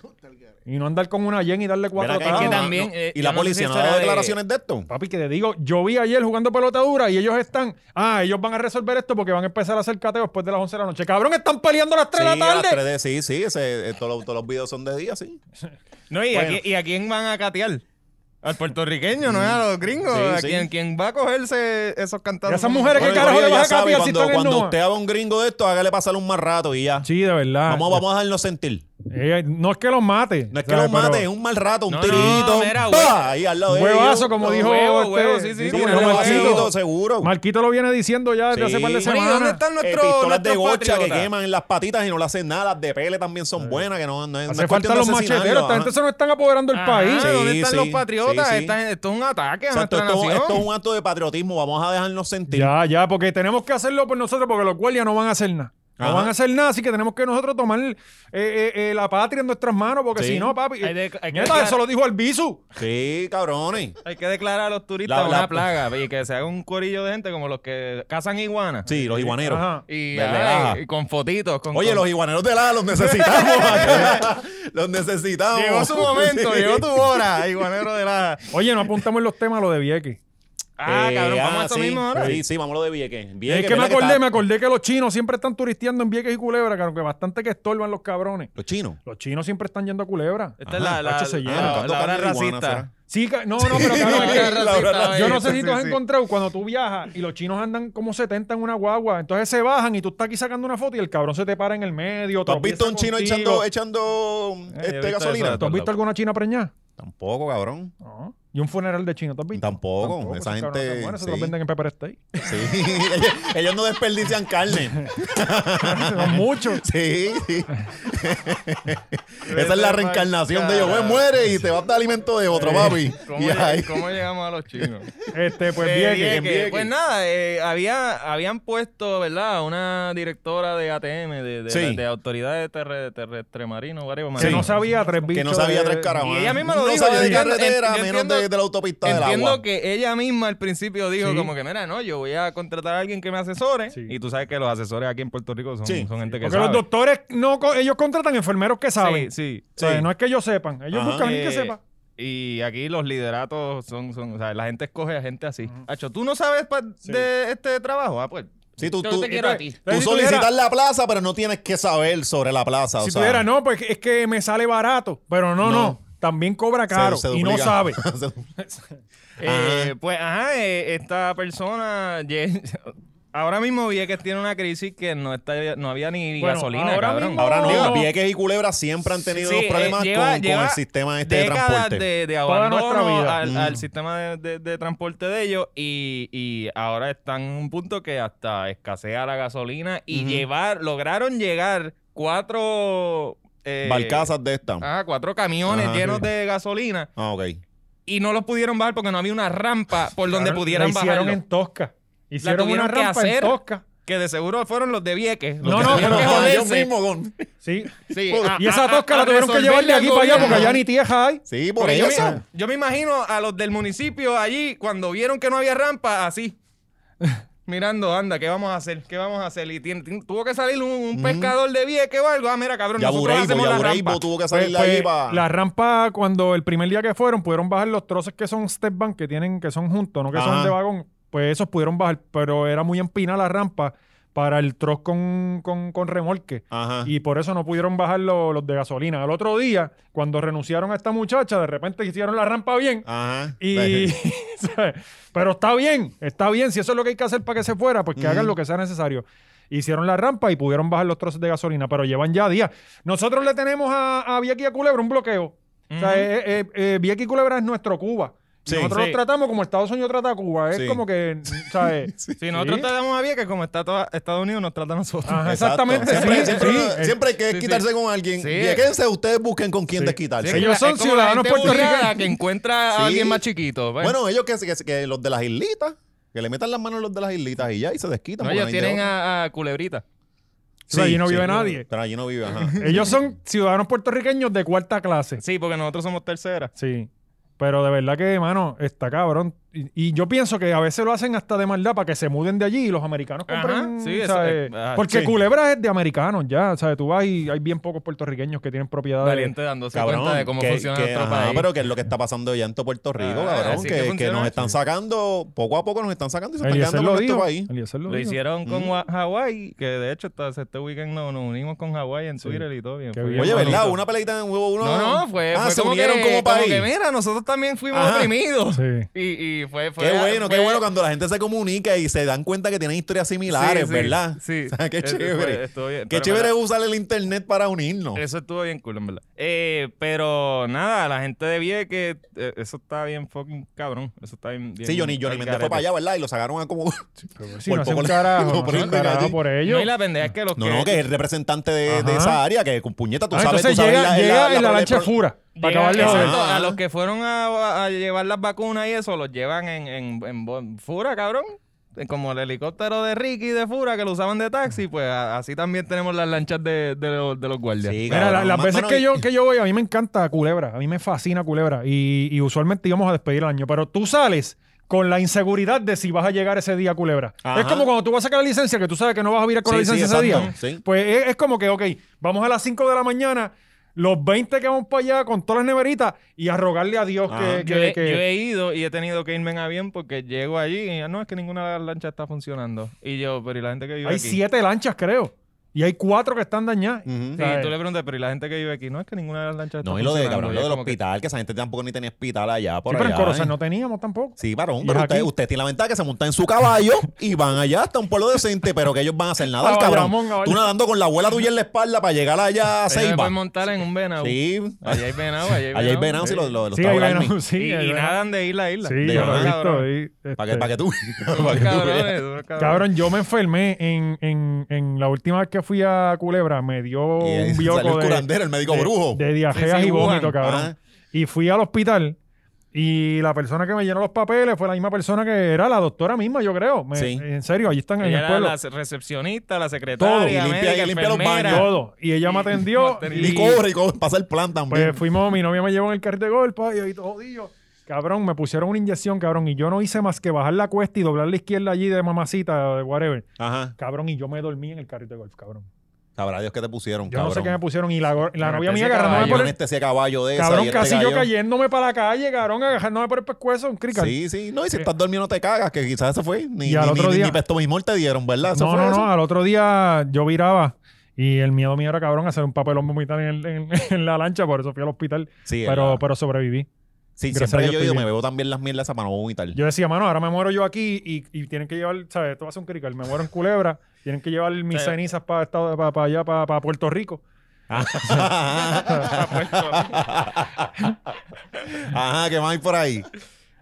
Puta el garete.
Y no andar con una yen y darle cuatro
Mira que-
tapas.
que
no,
también,
no.
eh,
¿Y
yo
la
no sé
policía
si
no
será
ha dado
de-
declaraciones de esto?
Papi, que te digo, yo vi ayer jugando pelota dura y ellos están. Ah, ellos van a resolver esto porque van a empezar a hacer cateo después de las 11 de la noche. Cabrón, están peleando a las 3
Sí,
de la
a las
tarde.
tres de- sí, sí, ese- eh, todos, los- todos los videos son de día, sí.
No, ¿y,
Bueno.
a, qui- y a quién van a catear? Al puertorriqueño, no es
Mm.
a los gringos.
Sí,
a
sí.
quien, quien va a cogerse esos
Y
cantantes.
esas mujeres ¿Qué
Bueno,
carajo
Corillo,
le vas
ya
a
sabe,
capiar si
cuando,
están en
cuando
Nua?
usted haga un gringo de esto, hágale pasar un más rato y ya.
Sí, ah, de verdad.
Vamos, vamos a dejarnos sentir.
Eh, no es que los mate.
No es que
¿sabes?
lo mate,
Pero-
es un mal rato, un
No, no,
tirito.
mira,
¡pa!
hue-
ahí al lado de
Huevazo,
ellos.
como
Los
dijo.
huevos,
este,
huevos, sí, sí,
como
tiene
dijo
huevos.
Marquito.
Huevacito, seguro.
Marquito lo viene diciendo ya desde
Sí.
hace par de
Bueno,
Bueno, ¿y dónde
semanas.
están
Eh,
nuestros
pistolas de
nuestros
gocha que
patriotas?
queman en las patitas y no le hacen nada. Las de pele también son buenas, que no, no, es- no
Hace
es
falta
cuestión de
los
asesinarlo,
macheteros. Esta
ajá.
gente se nos están apoderando el
Ajá,
país.
¿Dónde
Sí,
están
sí,
los patriotas?
sí, sí.
Esta gente- esto es un ataque a
Exacto,
nuestra
esto,
nación.
esto es un acto de patriotismo. Vamos a dejarnos sentir.
Ya, ya, porque tenemos que hacerlo por nosotros, porque los guardias no van a hacer nada. No
Ajá.
van a hacer nada, así que tenemos que nosotros tomar eh, eh, eh, la patria en nuestras manos, porque
Sí.
si no, papi.
Hay de- hay que
Neta,
declarar-
eso lo dijo Albizu.
Sí, cabrones.
Hay que declarar a los turistas
La-
una
la-
plaga y que se haga un corillo de gente como los que cazan iguanas.
Sí, los iguaneros.
Ajá.
Y,
De
ay,
Laja.
y con fotitos. Con,
Oye,
con-
los iguaneros de la los necesitamos.
[laughs]
[laughs] los necesitamos.
[laughs] Llegó su momento,
Sí. [laughs]
llegó tu hora, iguanero de la.
Oye, no apuntamos en los temas lo de Vieques.
Ah,
Eh,
cabrón, vamos
ah,
a eso
sí,
mismo ahora.
Sí, sí, vamos a lo de Vieques.
Y es
Vieques,
que me
¿verdad
acordé,
está-
me acordé que los chinos siempre están turisteando en Vieques y Culebra, que aunque bastante que estorban los cabrones.
Los chinos.
Los chinos siempre están yendo a Culebra.
Esta es la, la,
Hacho, se
la-
llena.
la-
Tanto
la
carne
hora
de iguana,
racista.
¿será?
Sí, ca- no, [laughs] no,
[laughs]
pero cabrón, es que-
La hora racista,
Yo no sé si tú has
Sí, sí.
[laughs]
encontrado cuando tú viajas y los chinos andan como 70 en una guagua, entonces se bajan y tú estás aquí sacando una foto y el cabrón se te para en el medio.
¿Tú has visto
tropieza
un chino
contigo.
echando, echando
Eh, he
este,
visto
gasolina?
eso.
¿Tú has visto alguna china preñada?
Tampoco, cabrón.
No. ¿Y un funeral de chino? ¿Tú has visto?
Tampoco, esa
esos cabrones
gente-
son buenos, Eso te lo
sí.
venden en Pepper Steak. [laughs]
Sí. [laughs] ellos,
[laughs]
ellos no desperdician carne. [laughs]
Son muchos.
Sí,
[laughs]
sí. Esa es la reencarnación de ellos. Güey, muere y te vas de alimento de otro, papi.
[laughs] ¿Cómo,
Y
lleg-
ahí.
cómo llegamos a los
[laughs]
chinos?
Este, pues
Eh,
Vieques.
Vieques.
Vieques.
Pues nada, eh, había, habían puesto, ¿verdad? Una directora de ATM, de, de,
Sí.
de autoridades terre- terrestre marino, whatever,
Que
marino.
no sabía tres bichos.
Que no sabía
de-
tres caravanas.
Y ella misma lo
no
dijo,
sabía de
yo entiendo-
carretera,
yo
menos
entiendo-
de, de la autopista del
Entiendo
agua.
que ella misma al principio dijo
Sí.
como que, mira, no, yo voy a contratar a alguien que me asesore.
Sí.
Y tú sabes que los asesores aquí en Puerto Rico son,
Sí.
son gente que
Porque los
sabe.
doctores, no, co- ellos contratan enfermeros que saben.
Sí, sí.
O sea,
Sí.
no es que ellos sepan. Ellos
Ajá.
buscan a alguien que
Eh,
sepa.
Y aquí los lideratos son, son, o sea, la gente escoge a gente así. Hacho, ¿tú no sabes pa- de este trabajo? Ah, pues.
Sí, tú,
yo
tú- eh,
te quiero a ti.
tú
Entonces, si tú
solicitas
dijeras-
la plaza, pero no tienes que saber sobre la plaza. o
Si
sea.
tuviera, no, pues es que me sale barato. Pero no, no.
No.
también cobra caro
Se- se
y no
duplica.
[laughs]
sabe.
[laughs] Se-
Eh, Pues, ajá, eh, esta persona. [laughs] ye- Ahora mismo Vieques tiene una crisis que no está, no había ni
Bueno,
gasolina,
ahora
cabrón.
mismo-
Ahora no,
Digo-
Vieques y Culebra siempre han tenido
Sí,
los problemas
eh, lleva-
con, con
lleva
el sistema este de
décadas
transporte.
de, de
Toda
abandono
nuestra vida.
Al,
Mm.
al sistema de, de- de transporte de ellos y, y ahora están en un punto que hasta escasea la gasolina y llevar, lograron llegar cuatro... eh,
Barcazas de esta. Ah,
Ah, cuatro camiones
Ajá,
llenos
sí.
de gasolina
ok.
y no los pudieron bajar porque no había una rampa por donde
Claro,
pudieran
la hicieron
bajarlo.
en Tosca. Hicieron
tuvieron
una
que
rampa en
hacer.
Tosca.
Que de seguro fueron los de Vieques. los
No,
que
no,
tuvieron que
no,
Ah, ellos
joderse.
mismos, don. [laughs]
Sí.
Sí,
ah,
a-
Y
a-
esa
a-
Tosca
a
la tuvieron que llevar de
resolverle
aquí
al
para allá porque
gobierno.
allá ni tierra hay.
Sí, por
Porque yo,
eso.
me, yo me imagino a los del municipio allí, cuando vieron que no había
[laughs]
rampa, así. Mirando, anda, ¿qué vamos a hacer? ¿Qué vamos a hacer? Y tiene- tiene- tuvo que salir un, un pescador de Vieques o algo. Ah, mira, cabrón, nosotros
Yabureibo,
hacemos la rampa.
Yabureibo tuvo que
Pues,
salir de
pues,
ahí para...
La rampa, cuando el primer día que fueron, pudieron bajar los trozos que son step van, que tienen, que son juntos, no que
Ajá.
son de vagón. Pues esos pudieron bajar, pero era muy empina la rampa para el troz con, con, con remolque.
Ajá.
Y por eso no pudieron bajar lo- los de gasolina. Al otro día, cuando renunciaron a esta muchacha, de repente hicieron la rampa bien.
Ah, Ajá. Pues,
Y, [laughs] ¿sabes? Pero está bien, está bien. Si eso es lo que hay que hacer para que se fuera, pues que hagan lo que sea necesario. Hicieron la rampa y pudieron bajar los trozos de gasolina, pero llevan ya días. Nosotros le tenemos a, a Vieques y a Culebra un bloqueo. O sea,
Ujú.
eh, eh, eh, Vieques y Culebra es nuestro Cuba. Y
Sí,
nosotros
sí.
los tratamos como Estados Unidos trata a Cuba. Es
Sí.
como que,
[laughs]
¿sabes?
Si nosotros
Sí.
tratamos a Vieques como está toda- Estados Unidos, nos trata a nosotros.
Ajá,
Exacto.
exactamente.
Siempre,
sí,
siempre,
sí. Eh,
siempre hay que
sí,
quitarse con alguien.
Sí.
Viequense, ustedes busquen con quién desquitarse.
Sí,
ellos
es
son
como la
ciudadanos
gente
puertorriqueños.
buleada que encuentra a
Sí.
alguien más chiquito. pues.
Bueno, ellos que, que, que los de las islitas, que le metan las manos a los de las islitas y ya, y se desquitan.
No,
porque
ellos
hay de
tienen
otra.
a, a Culebrita.
O sea, allí no vive nadie.
Pero allí no vive, ajá.
Ellos son ciudadanos puertorriqueños de cuarta clase.
Sí, porque nosotros somos tercera.
Sí. Pero de verdad que, mano, está cabrón. Y, y yo pienso que a veces lo hacen hasta de maldad para que se muden de allí y los americanos
Ajá,
compren.
sí, eso,
¿sabes?
eh, ah,
Porque
sí.
Culebra es de americanos ya. ¿sabes? Tú vas y hay bien pocos puertorriqueños que tienen propiedades.
Valiente dándose cuenta de cómo
que-
funciona
que-
nuestro
ajá,
país.
pero que es lo que está pasando ya en todo Puerto Rico,
Ah,
cabrón.
así
Que,
que
que
funciona.
nos están sacando, poco a poco nos están sacando y se están
Eliezer
quedando
lo
con este
dijo.
país.
Eliezer lo
Lo
dijo.
hicieron
Mm.
con Wa- Hawái, que de hecho hasta este weekend nos, nos unimos con Hawái en
Sí.
Twitter y todo bien.
Qué
fue
bien,
bien
Oye,
hermanito.
¿verdad? Una peleita en huevo uno.
bonito. No, no, fue,
Ah,
fue
se
como
unieron
que,
como país.
que, mira, nosotros también fuimos
Ajá. [laughs]
oprimidos.
Sí.
Y, y fue, fue...
Qué bueno, qué
fue-
bueno cuando la gente se comunica y se dan cuenta que tienen historias
Sí,
similares,
sí,
¿verdad?
Sí.
[laughs] O sea, qué
Eso fue-
chévere.
estuvo bien,
Qué
pero
chévere
en
es
verdad,
usar el internet para unirnos.
Eso estuvo bien cool, en verdad. Eh, pero nada, la gente de Vieques, eh, eso está bien fucking cabrón. Eso está bien. bien
Sí, Johnny, Johnny
al
Méndez fue
garete.
para allá, ¿verdad? Y lo sacaron a
[laughs]
como.
Sí,
[laughs] por
no hace
poco
un
le-
carajo.
lo
no hace
ponen
un carajo
allí.
por
No,
ellos.
y la pendeja es que los
No,
que...
no, que es el representante de, de
Ajá.
esa área, que con puñeta, tú
Ah,
sabes.
entonces
tú sabes
llega, llega en la
la-
lancha
la-
fura. Para
Llega-
acabarle de joder.
exacto,
Ajá.
a los que fueron a, a llevar las vacunas y eso, los llevan en, en, en bo- fura, cabrón. Como el helicóptero de Ricky de Fura que lo usaban de taxi, pues a- así también tenemos las lanchas de, de los, de los guardias.
Sí,
Mira, la-
cabrón,
las
ma-
veces
mano,
que
y- [laughs]
yo, que yo voy, a mí me encanta Culebra, a mí me fascina Culebra y, y usualmente íbamos a despedir el año, pero tú sales con la inseguridad de si vas a llegar ese día a Culebra.
Ajá.
Es como cuando tú vas a sacar la licencia, que tú sabes que no vas a ir con la
Sí, sí,
licencia ese día.
exacto, sí.
Pues es, es como que, ok, vamos a las 5 de la mañana, los 20 que vamos para allá con todas las neveritas y a rogarle a Dios
Ajá.
que...
yo,
que-
he,
que-
yo he ido y he tenido que irme en avión porque llego allí y ah, no, es que ninguna de las lanchas está funcionando. Y yo, pero ¿y la gente que vive
hay
aquí?
siete lanchas, creo, y hay cuatro que están dañadas.
Ujú.
Sí,
¿sabes?
tú le preguntas, pero ¿y la gente que vive aquí? No, es que ninguna de las lanchas está
Pues
No, y lo
funcionando.
de cabrón,
Y
lo
es
del
como que-
hospital, que esa gente tampoco ni tenía hospital allá. Por
Sí, pero en
allá,
Corozal
¿eh?
no teníamos tampoco.
Sí, varón,
Y
pero
es
usted,
aquí.
usted tiene la ventaja que se montan en su caballo y van allá hasta un pueblo decente, pero que ellos van a hacer nada,
A
cabrón.
Bayamón, a
Tú
Bayamón.
nadando con la abuela tuya en la espalda para llegar allá a
Ellos me
Ceiba.
pueden montar en un venado.
Sí,
Allá hay venado, allá hay venado.
allá hay venado, si lo, lo, lo
Sí,
estaba
ahí
Army.
ganamos, [laughs] sí,
y,
ahí
y
ganamos.
nadan de isla a isla.
Sí,
de
yo lo he
verdad,
visto
cabrón.
ahí, este.
Para que,
[laughs]
para que tú. [laughs]
Unos
para que tú
cabrones,
veas.
unos cabrones.
Cabrón, yo me enfermé en, en, en la última vez que fui a Culebra, me dio
Y ahí [laughs]
un
salió
bioco
el
de,
curandero, el médico
de-
brujo.
de diarreas
Sí, sí,
y
Wuhan.
vómito, cabrón.
Ah.
Y fui al hospital y la persona que me llenó los papeles fue la misma persona que era la doctora misma, yo creo. Me-
Sí.
En serio, allí están en
Ella
el
era
pueblo.
la recepcionista, la
Todo.
secretaria,
Y
limpia-
médica,
y limpia los
enfermera.
baños.
Todo. Y ella me atendió.
Material.
Y cobra y cobra, pasa el plan también.
Pues fuimos, mi novia me llevó en el carrito de golpe y ahí todo jodido. Cabrón, me pusieron una inyección, cabrón, y yo no hice más que bajar la cuesta y doblar la izquierda allí de mamacita, de whatever.
Ajá.
Cabrón, y yo me dormí en el carrito de golf, cabrón.
Sabrá Dios que te pusieron,
Yo no sé
cabrón.
qué me pusieron y la, go- la
Bueno,
novia
este
mía
sí
agarrándome
caballo,
por el...
Yo en este hacía caballo de esa.
Cabrón,
y este
casi yo
cayó.
cayéndome para la calle, cabrón, agarrándome por el pescuezo, un crical.
Sí, sí, no, y si estás dormido no te cagas, que quizás eso fue. Ni,
Y al
ni,
otro
ni,
día-
ni pestomimol te dieron, ¿verdad? Eso
no,
fue
no,
eso.
no, al otro día yo viraba Y el miedo mío era, cabrón, hacer un papelón vomitar en, el- en- [laughs] en la lancha, por eso fui al hospital.
Sí, es
pero,
verdad.
pero sobreviví.
Sí,
gracias a
siempre
Dios
yo he
estoy
ido, me
bien.
bebo también las mierdas para no vomitar. [laughs]
Yo decía, mano, ahora me muero yo aquí y, y tienen que llevar, ¿sabes? Esto va a ser un crical. Me muero en Culebra, tienen que llevar mis
Sí.
cenizas para allá, para Puerto Rico. [laughs]
Ajá, ¿qué más hay por ahí?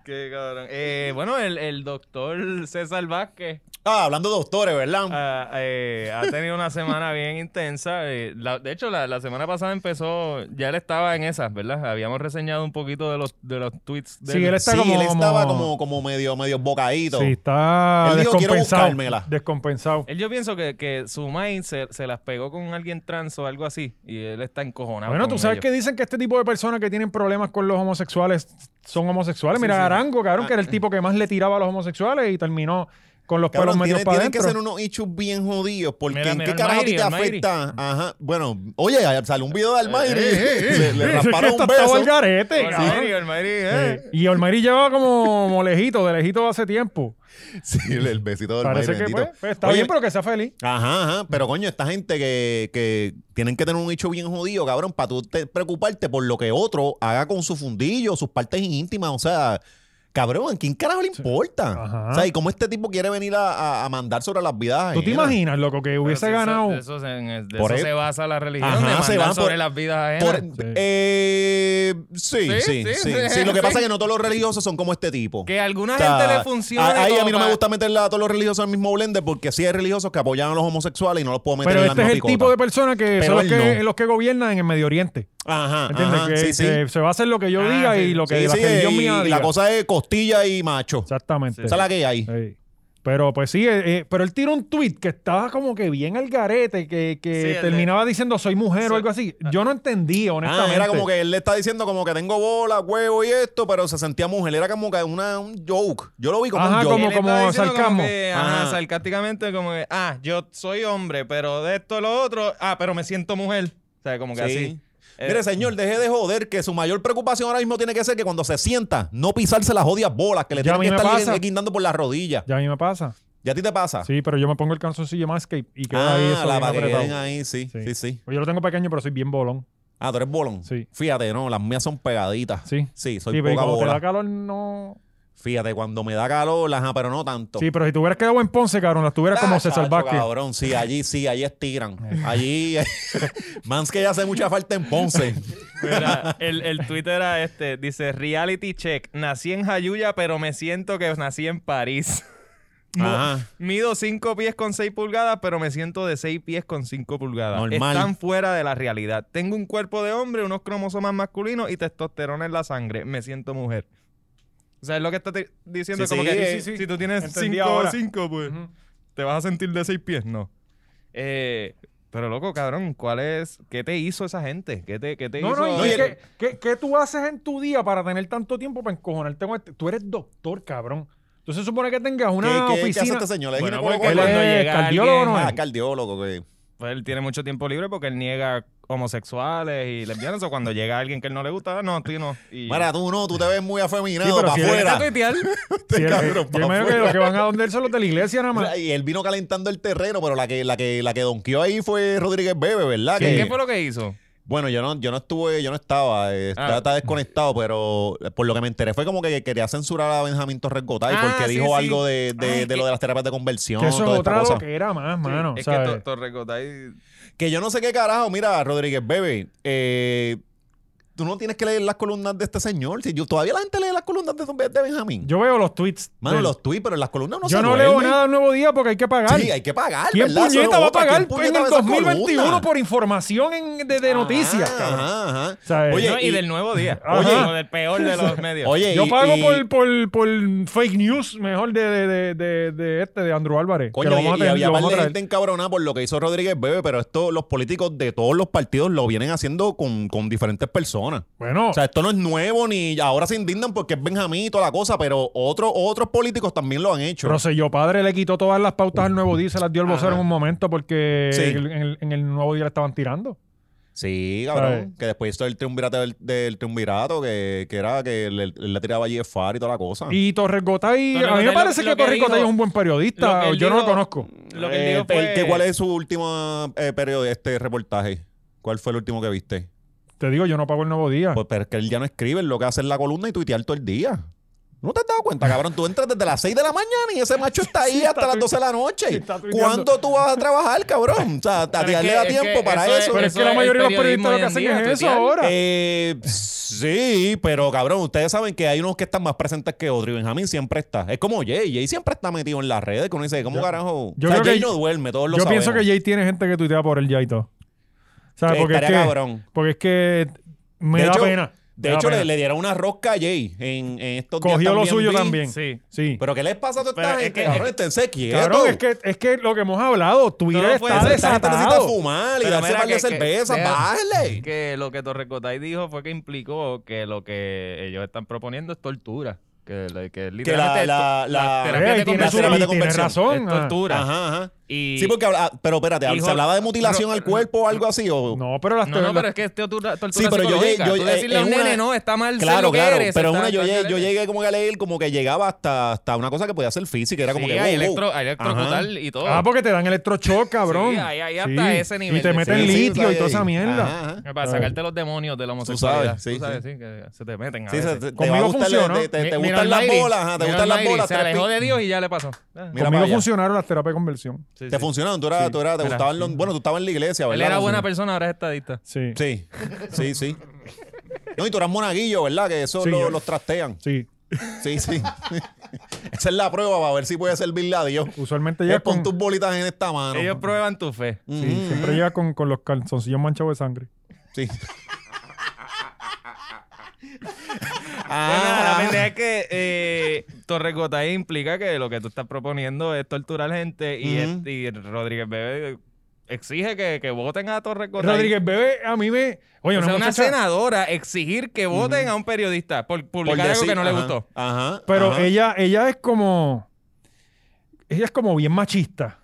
Qué cabrón. Eh, bueno, el, el doctor César Vázquez
Ah, hablando de doctores, ¿verdad?
ah, eh, ha tenido una semana bien intensa. eh, la- de hecho, la, la semana pasada empezó, ya él estaba en esas, ¿verdad? Habíamos reseñado un poquito de los, de los tweets de
Sí, él está
sí,
como-
él estaba
como-
como, como medio, medio bocadito.
Sí, está
Él dijo, "Quiero
descompensado.
buscármela".
Descompensado.
Él yo pienso que, que su mind se, se las pegó con alguien trans o algo así y él está encojonado.
Bueno,
con
tú sabes
ello.
que dicen que este tipo de personas que tienen problemas con los homosexuales son homosexuales.
Sí,
Mira,
sí.
Arango, cabrón,
Ah,
que era el
eh.
tipo que más le tiraba a los homosexuales y terminó con los
Cabrón,
pelos
tiene-
medios
tienen,
para
que
adentro.
ser unos hechos bien jodidos porque
Mira,
en
mira,
qué
el
carajo a ti
Mayri,
te
el Mayri. Eh,
afecta. Ajá. Bueno, oye, salió un video de
[laughs]
Almayri. le, le
Sí, es que
rasparon
esto
un
estaba al
beso.
garete,
Bueno,
cabrón.
Madrid, el Madrid, eh.
Sí. Y Olmeri llevaba como, como lejito, de lejito hace tiempo.
[laughs] Sí, el, el besito de Almayri.
Parece que
bendito.
pues, pues, está
Oye,
bien, pero que sea feliz.
Ajá, ajá, pero coño, esta gente que, que tienen que tener un hecho bien jodido, cabrón, para tú te- preocuparte por lo que otro haga con su fundillo, sus partes íntimas, o sea, cabrón, ¿a quién carajo le importa?
Ajá.
O sea, ¿y cómo este tipo quiere venir a, a- a mandar sobre las vidas?
¿Tú te
ajenas?
imaginas, loco, que hubiese
Pero si
ganado?
Eso, eso se- en el- de
Por
eso
eso.
se basa la religión.
Ajá,
de
se
mandar
van por-
sobre las vidas
Por-
ajenas.
eh, sí, sí, sí, sí,
sí,
Lo que
sí.
pasa es que no todos los religiosos son como este tipo.
Que a alguna
O sea,
gente le funciona.
a- Ahí a mí no me gusta meterla a todos los religiosos al mismo blender porque sí hay religiosos que apoyan a los homosexuales y no los puedo meter
Pero
en la
este es el tipo de persona que
Pero
son los
él
que,
no.
los que gobiernan en el Medio Oriente.
Ajá,
¿Entiendes?
ajá,
que
sí, sí.
se, se va a hacer lo que yo
Ah,
diga
sí.
y lo que
Sí,
la
sí,
religión
y
mía diga.
la cosa es costilla y macho.
Exactamente.
Esa es la que hay. Ah,
Sí. Pero pues sí, eh, eh, pero él tiró un tweet que estaba como que bien al garete, que, que
Sí, el de-
terminaba diciendo soy mujer o
Soy-
algo así. Yo no entendía,
Ah,
honestamente.
era como que él le está diciendo como que tengo bola, huevo y esto, pero se sentía mujer. Era como que una, un joke. Yo lo vi como
Ajá,
un joke.
como-
Él está diciendo
sarcasmo.
que, ajá,
Ajá.
sarcásticamente, como que, ah, yo soy hombre, pero de esto lo otro, ah, pero me siento mujer. O sea, como que
Sí.
así. Eh,
Mire, señor, deje de joder que su mayor preocupación ahora mismo tiene que ser que cuando se sienta, no pisarse las jodidas bolas que le
Ya a
tienen que
mí me
estar
pasa.
gui- guindando por las rodillas.
Ya a mí me pasa.
¿Y a ti te pasa?
Sí, pero yo me pongo el calzoncillo más que y queda
Ah,
ahí eso
la
bien
para que
apretado.
queden ahí, sí,
Sí.
sí, sí,
Pues yo lo tengo pequeño, pero soy bien bolón.
Ah, tú eres bolón.
Sí.
Fíjate, no, las mías son pegaditas.
Sí.
Sí, soy
sí, pero
poca
cuando te da
bola.
calor no...
Fíjate, cuando me da calor, ajá, pero no tanto.
Sí, pero si tuvieras quedado en Ponce, cabrón, las tuvieras como
Ah,
César
chacho,
Vázquez.
Cabrón, sí, allí sí, allí estiran. Allí. [laughs] Mans que ya hace mucha falta en Ponce.
mira, el, el tweet era este, dice, reality check, nací en Jayuya, pero me siento que nací en París.
Ajá.
Mido 5 pies con 6 pulgadas, pero me siento de 6 pies con 5 pulgadas.
Normal.
Están fuera de la realidad. Tengo un cuerpo de hombre, unos cromosomas masculinos y testosterona en la sangre. Me siento mujer. O sea, es lo que está te- diciendo.
Sí,
como
sí,
que
sí,
sí, sí.
si tú tienes
Entendí
5 o
ahora.
5, pues,
Ujú.
¿te vas a sentir de 6 pies? No. Eh, pero loco, cabrón, ¿cuál es? ¿Qué te hizo esa gente? ¿Qué te, qué te
No,
hizo?
no, y
No, y el-
¿qué, qué- qué tú haces en tu día para tener tanto tiempo para encojonarte con este? Tú eres doctor, cabrón. Tú se supone que tengas
¿Qué,
una
qué, qué hace
oficina.
este señor? ¿Es
Bueno,
ginecólogo?
porque
él
cuando
es
llega
cardiólogo,
alguien-
¿no es?
Ah, cardiólogo, que.
Pues él tiene mucho tiempo libre porque él niega homosexuales y lesbianas o cuando llega alguien que él no le gusta, "Ah, no, tú no. Y...
Mira, tú no, tú te ves muy afeminado
Sí, pero
para
si él
afuera. [laughs]
Deja tuitear.
Sí, el-
cabrón,
yo
pa'
imagino que
afuera.
los que van a donde él son los de la iglesia nada más.
Mira, Y él vino calentando el terreno, pero la que, la que, la que donqueó ahí fue Rodríguez Bebe, ¿verdad?
¿Qué,
Que-
qué fue lo que hizo?
Bueno, yo no, yo no estuve, yo no estaba, eh, está,
Ah.
está desconectado, pero por lo que me enteré fue como que quería censurar a Benjamín Torres Gotay
Ah,
porque
sí,
dijo
sí.
algo de, de-
Ay,
de
que-
lo de las terapias de conversión,
que eso
toda
es
esta
otra
cosa.
loquera más, mano.
es
¿sabes?
que Tor- Torres Gotay-
Que yo no sé qué carajo, mira, Rodríguez Bebe, eh, tú no tienes que leer las columnas de este señor. Si yo, todavía la gente lee las columnas de, de Benjamín.
Yo veo los tweets.
Mano,
del-
los tweets, pero en las columnas no
yo
se
no leo
duermen.
nada del nuevo día porque hay que pagar.
Sí, hay que pagar,
¿Quién
¿verdad? Eso
puñeta
es
va a
otra, ¿quién
pagar en
puñeta
el
ve esas
2021
columnas?
por información en- de, de noticias?
Ajá,
cabrón?
ajá.
¿Sabes?
Oye,
No, y,
y-
del nuevo día.
[laughs]
Ajá.
Oye, lo del peor de los medios.
Oye,
Yo
y-
pago
y-
por, por, por fake news, mejor de, de, de, de, de este, de Andrew Álvarez.
Coño,
que lo
y-
vamos a
y,
tener-
había
lo
par
vamos a
de
traer.
gente encabronada por lo que hizo Rodríguez Bebe, pero esto los políticos de todos los partidos lo vienen haciendo con, con diferentes personas.
Bueno,
O sea, esto no es nuevo ni ahora se indignan porque es Benjamín y toda la cosa, pero otros otros políticos también lo han hecho.
Rosselló Padre le quitó todas las pautas al Nuevo Día y se las dio el vocero
Ajá.
en un momento porque
Sí.
en, el, en el Nuevo Día le estaban tirando.
Sí, cabrón.
¿Sabes?
Que después hizo el triunvirato del, del triunvirato, que, que era que le, le tiraba a GFR y toda la cosa.
Y Torres Gotay,
Torres
a mí me
Gotay lo-
parece
lo
que
que
Torres Gotay
dijo-
es un buen
lo
periodista,
que
yo
él
no lo
dijo-
conozco.
Lo que él
Eh,
dijo fue...
el que- ¿Cuál es su último eh, periodo, este reportaje? ¿Cuál fue el último que viste?
Te digo, yo no pago el nuevo
Ah.
día.
Pues pero es que él ya no escribe, él lo que hace es la columna y tuitear todo el día. ¿No te has dado cuenta, cabrón? Tú entras desde las 6 de la mañana y ese macho está ahí hasta las 12 de la noche.
está tuiteando.
¿Cuánto tú vas a trabajar, cabrón? O sea, a ti
Pero es
darle
que-
da
es que
tiempo para
eso es-
eso.
Pero es
eso
que la
es el
mayoría de los
periodismo
periodistas lo que
hoy
hacen
en
es
día,
eso
tuitear.
ahora.
Eh, sí, pero cabrón, ustedes saben que hay unos que están más presentes que otros y Benjamín siempre está. Es como Jay, Jay siempre está metido en las redes, que uno dice, ¿cómo carajo?
yo
o sea,
creo que
Jay
yo-
no duerme, todos lo
yo pienso que
sabemos.
Jay tiene gente que tuitea por él ya y todo. ¿Sabes? Porque es
Eh, Estaría
que,
cabrón.
porque es que me
De
da
hecho-
pena.
De
me da
hecho, le,
pena.
le dieron una rosca a Jay en, en estos días
cogió lo suyo
vi.
también.
Sí.
Sí.
¿Pero qué les pasa a toda
Pero
esta
es
gente?
que-
cabrón, esténse quietos.
Cabrón, es que, es que lo que hemos hablado, Twitter
Todo fue
está
eso, esta
Esta gente necesita
desatado.
fumar y
Pero
darse
mira
par de
que- que-
cerveza.
deja-
Bájale.
Que lo que Torrecotay dijo fue que implicó que lo que ellos están proponiendo es tortura. Que, la- que
Que la,
literalmente
la,
es to-
la-
la
Eh, ahí
terapia de
tiene, su-
conversión
terapia de
y tiene
conversión.
razón.
es
ah.
tortura.
Ajá, ajá.
Y-
Sí, porque habla- ah, pero espérate,
Hijo-
¿se hablaba de mutilación al cuerpo o algo así? O...
No, pero las
No, no,
teorías-
pero es que es tortura, tortura
Sí, pero yo
psicológica.
llegué- yo-
Tú decirle a
en
un
una-
nene, no, está mal ser
Claro,
lo que
claro.
eres,
pero es
está-
una, yo,
está-
llegué, yo llegué como que a leer, como que llegaba hasta, hasta una cosa que podía ser física. Era como
Sí,
que.
hay
wow, wow.
electro, hay electrocutar
Ajá.
y todo.
Ah, porque te dan electrochoc, cabrón.
Sí, ahí- ahí hasta ese nivel
Y te
de-
meten
Sí, sí,
litio y
sí,
toda esa
ahí.
mierda.
Ajá, ajá.
para sacarte los demonios de la
sabes,
homosexualidad.
sí,
Tú sabes, sí, que se te meten a
Sí, se-
veces.
te- te
Conmigo
va a gustar,
funcionó.
te- te- te
Mi- mira
gustan
al
las
Lairi,
bolas, ajá, te
mira
gustan
al
las
Lairi,
bolas.
Se
tres
alejó
pi-
de Dios y ya le pasó. Ah,
Mira para
Conmigo
allá.
funcionaron las terapias de conversión.
sí,
Te
sí.
funcionaron, tú eras, tú eras, te
Mira.
gustaban los- bueno, tú estabas en la iglesia,
Él
¿verdad?
era
No,
buena
sí.
persona, ahora es estadista.
Sí. Sí.
Sí, sí, sí. No, y tú eras monaguillo, ¿verdad? Que eso
Sí,
lo-
yo-
los trastean. Sí, sí. [laughs] Esa es la prueba para ver si puede servirle a Dios.
Usualmente
Es
llegas
pon
con,
tus bolitas en esta mano.
Ellos prueban tu fe.
Ujú.
sí, siempre llegas con, con los calzoncillos manchados de sangre.
[laughs] Sí.
Bueno, la
ah,
pendeja es que eh, Torrecotay implica que lo que tú estás proponiendo es torturar gente y,
Ujú.
este- y Rodríguez Bebe exige que, que voten a Torrecotay.
Rodríguez Bebe, a mí me. Oye,
O
una,
sea, una
muchacha-
senadora exigir que voten a un periodista por publicar algo
Ah, decir,
que no le
ajá,
gustó.
Ajá.
Pero
ajá.
ella, ella es como. Ella es como bien machista.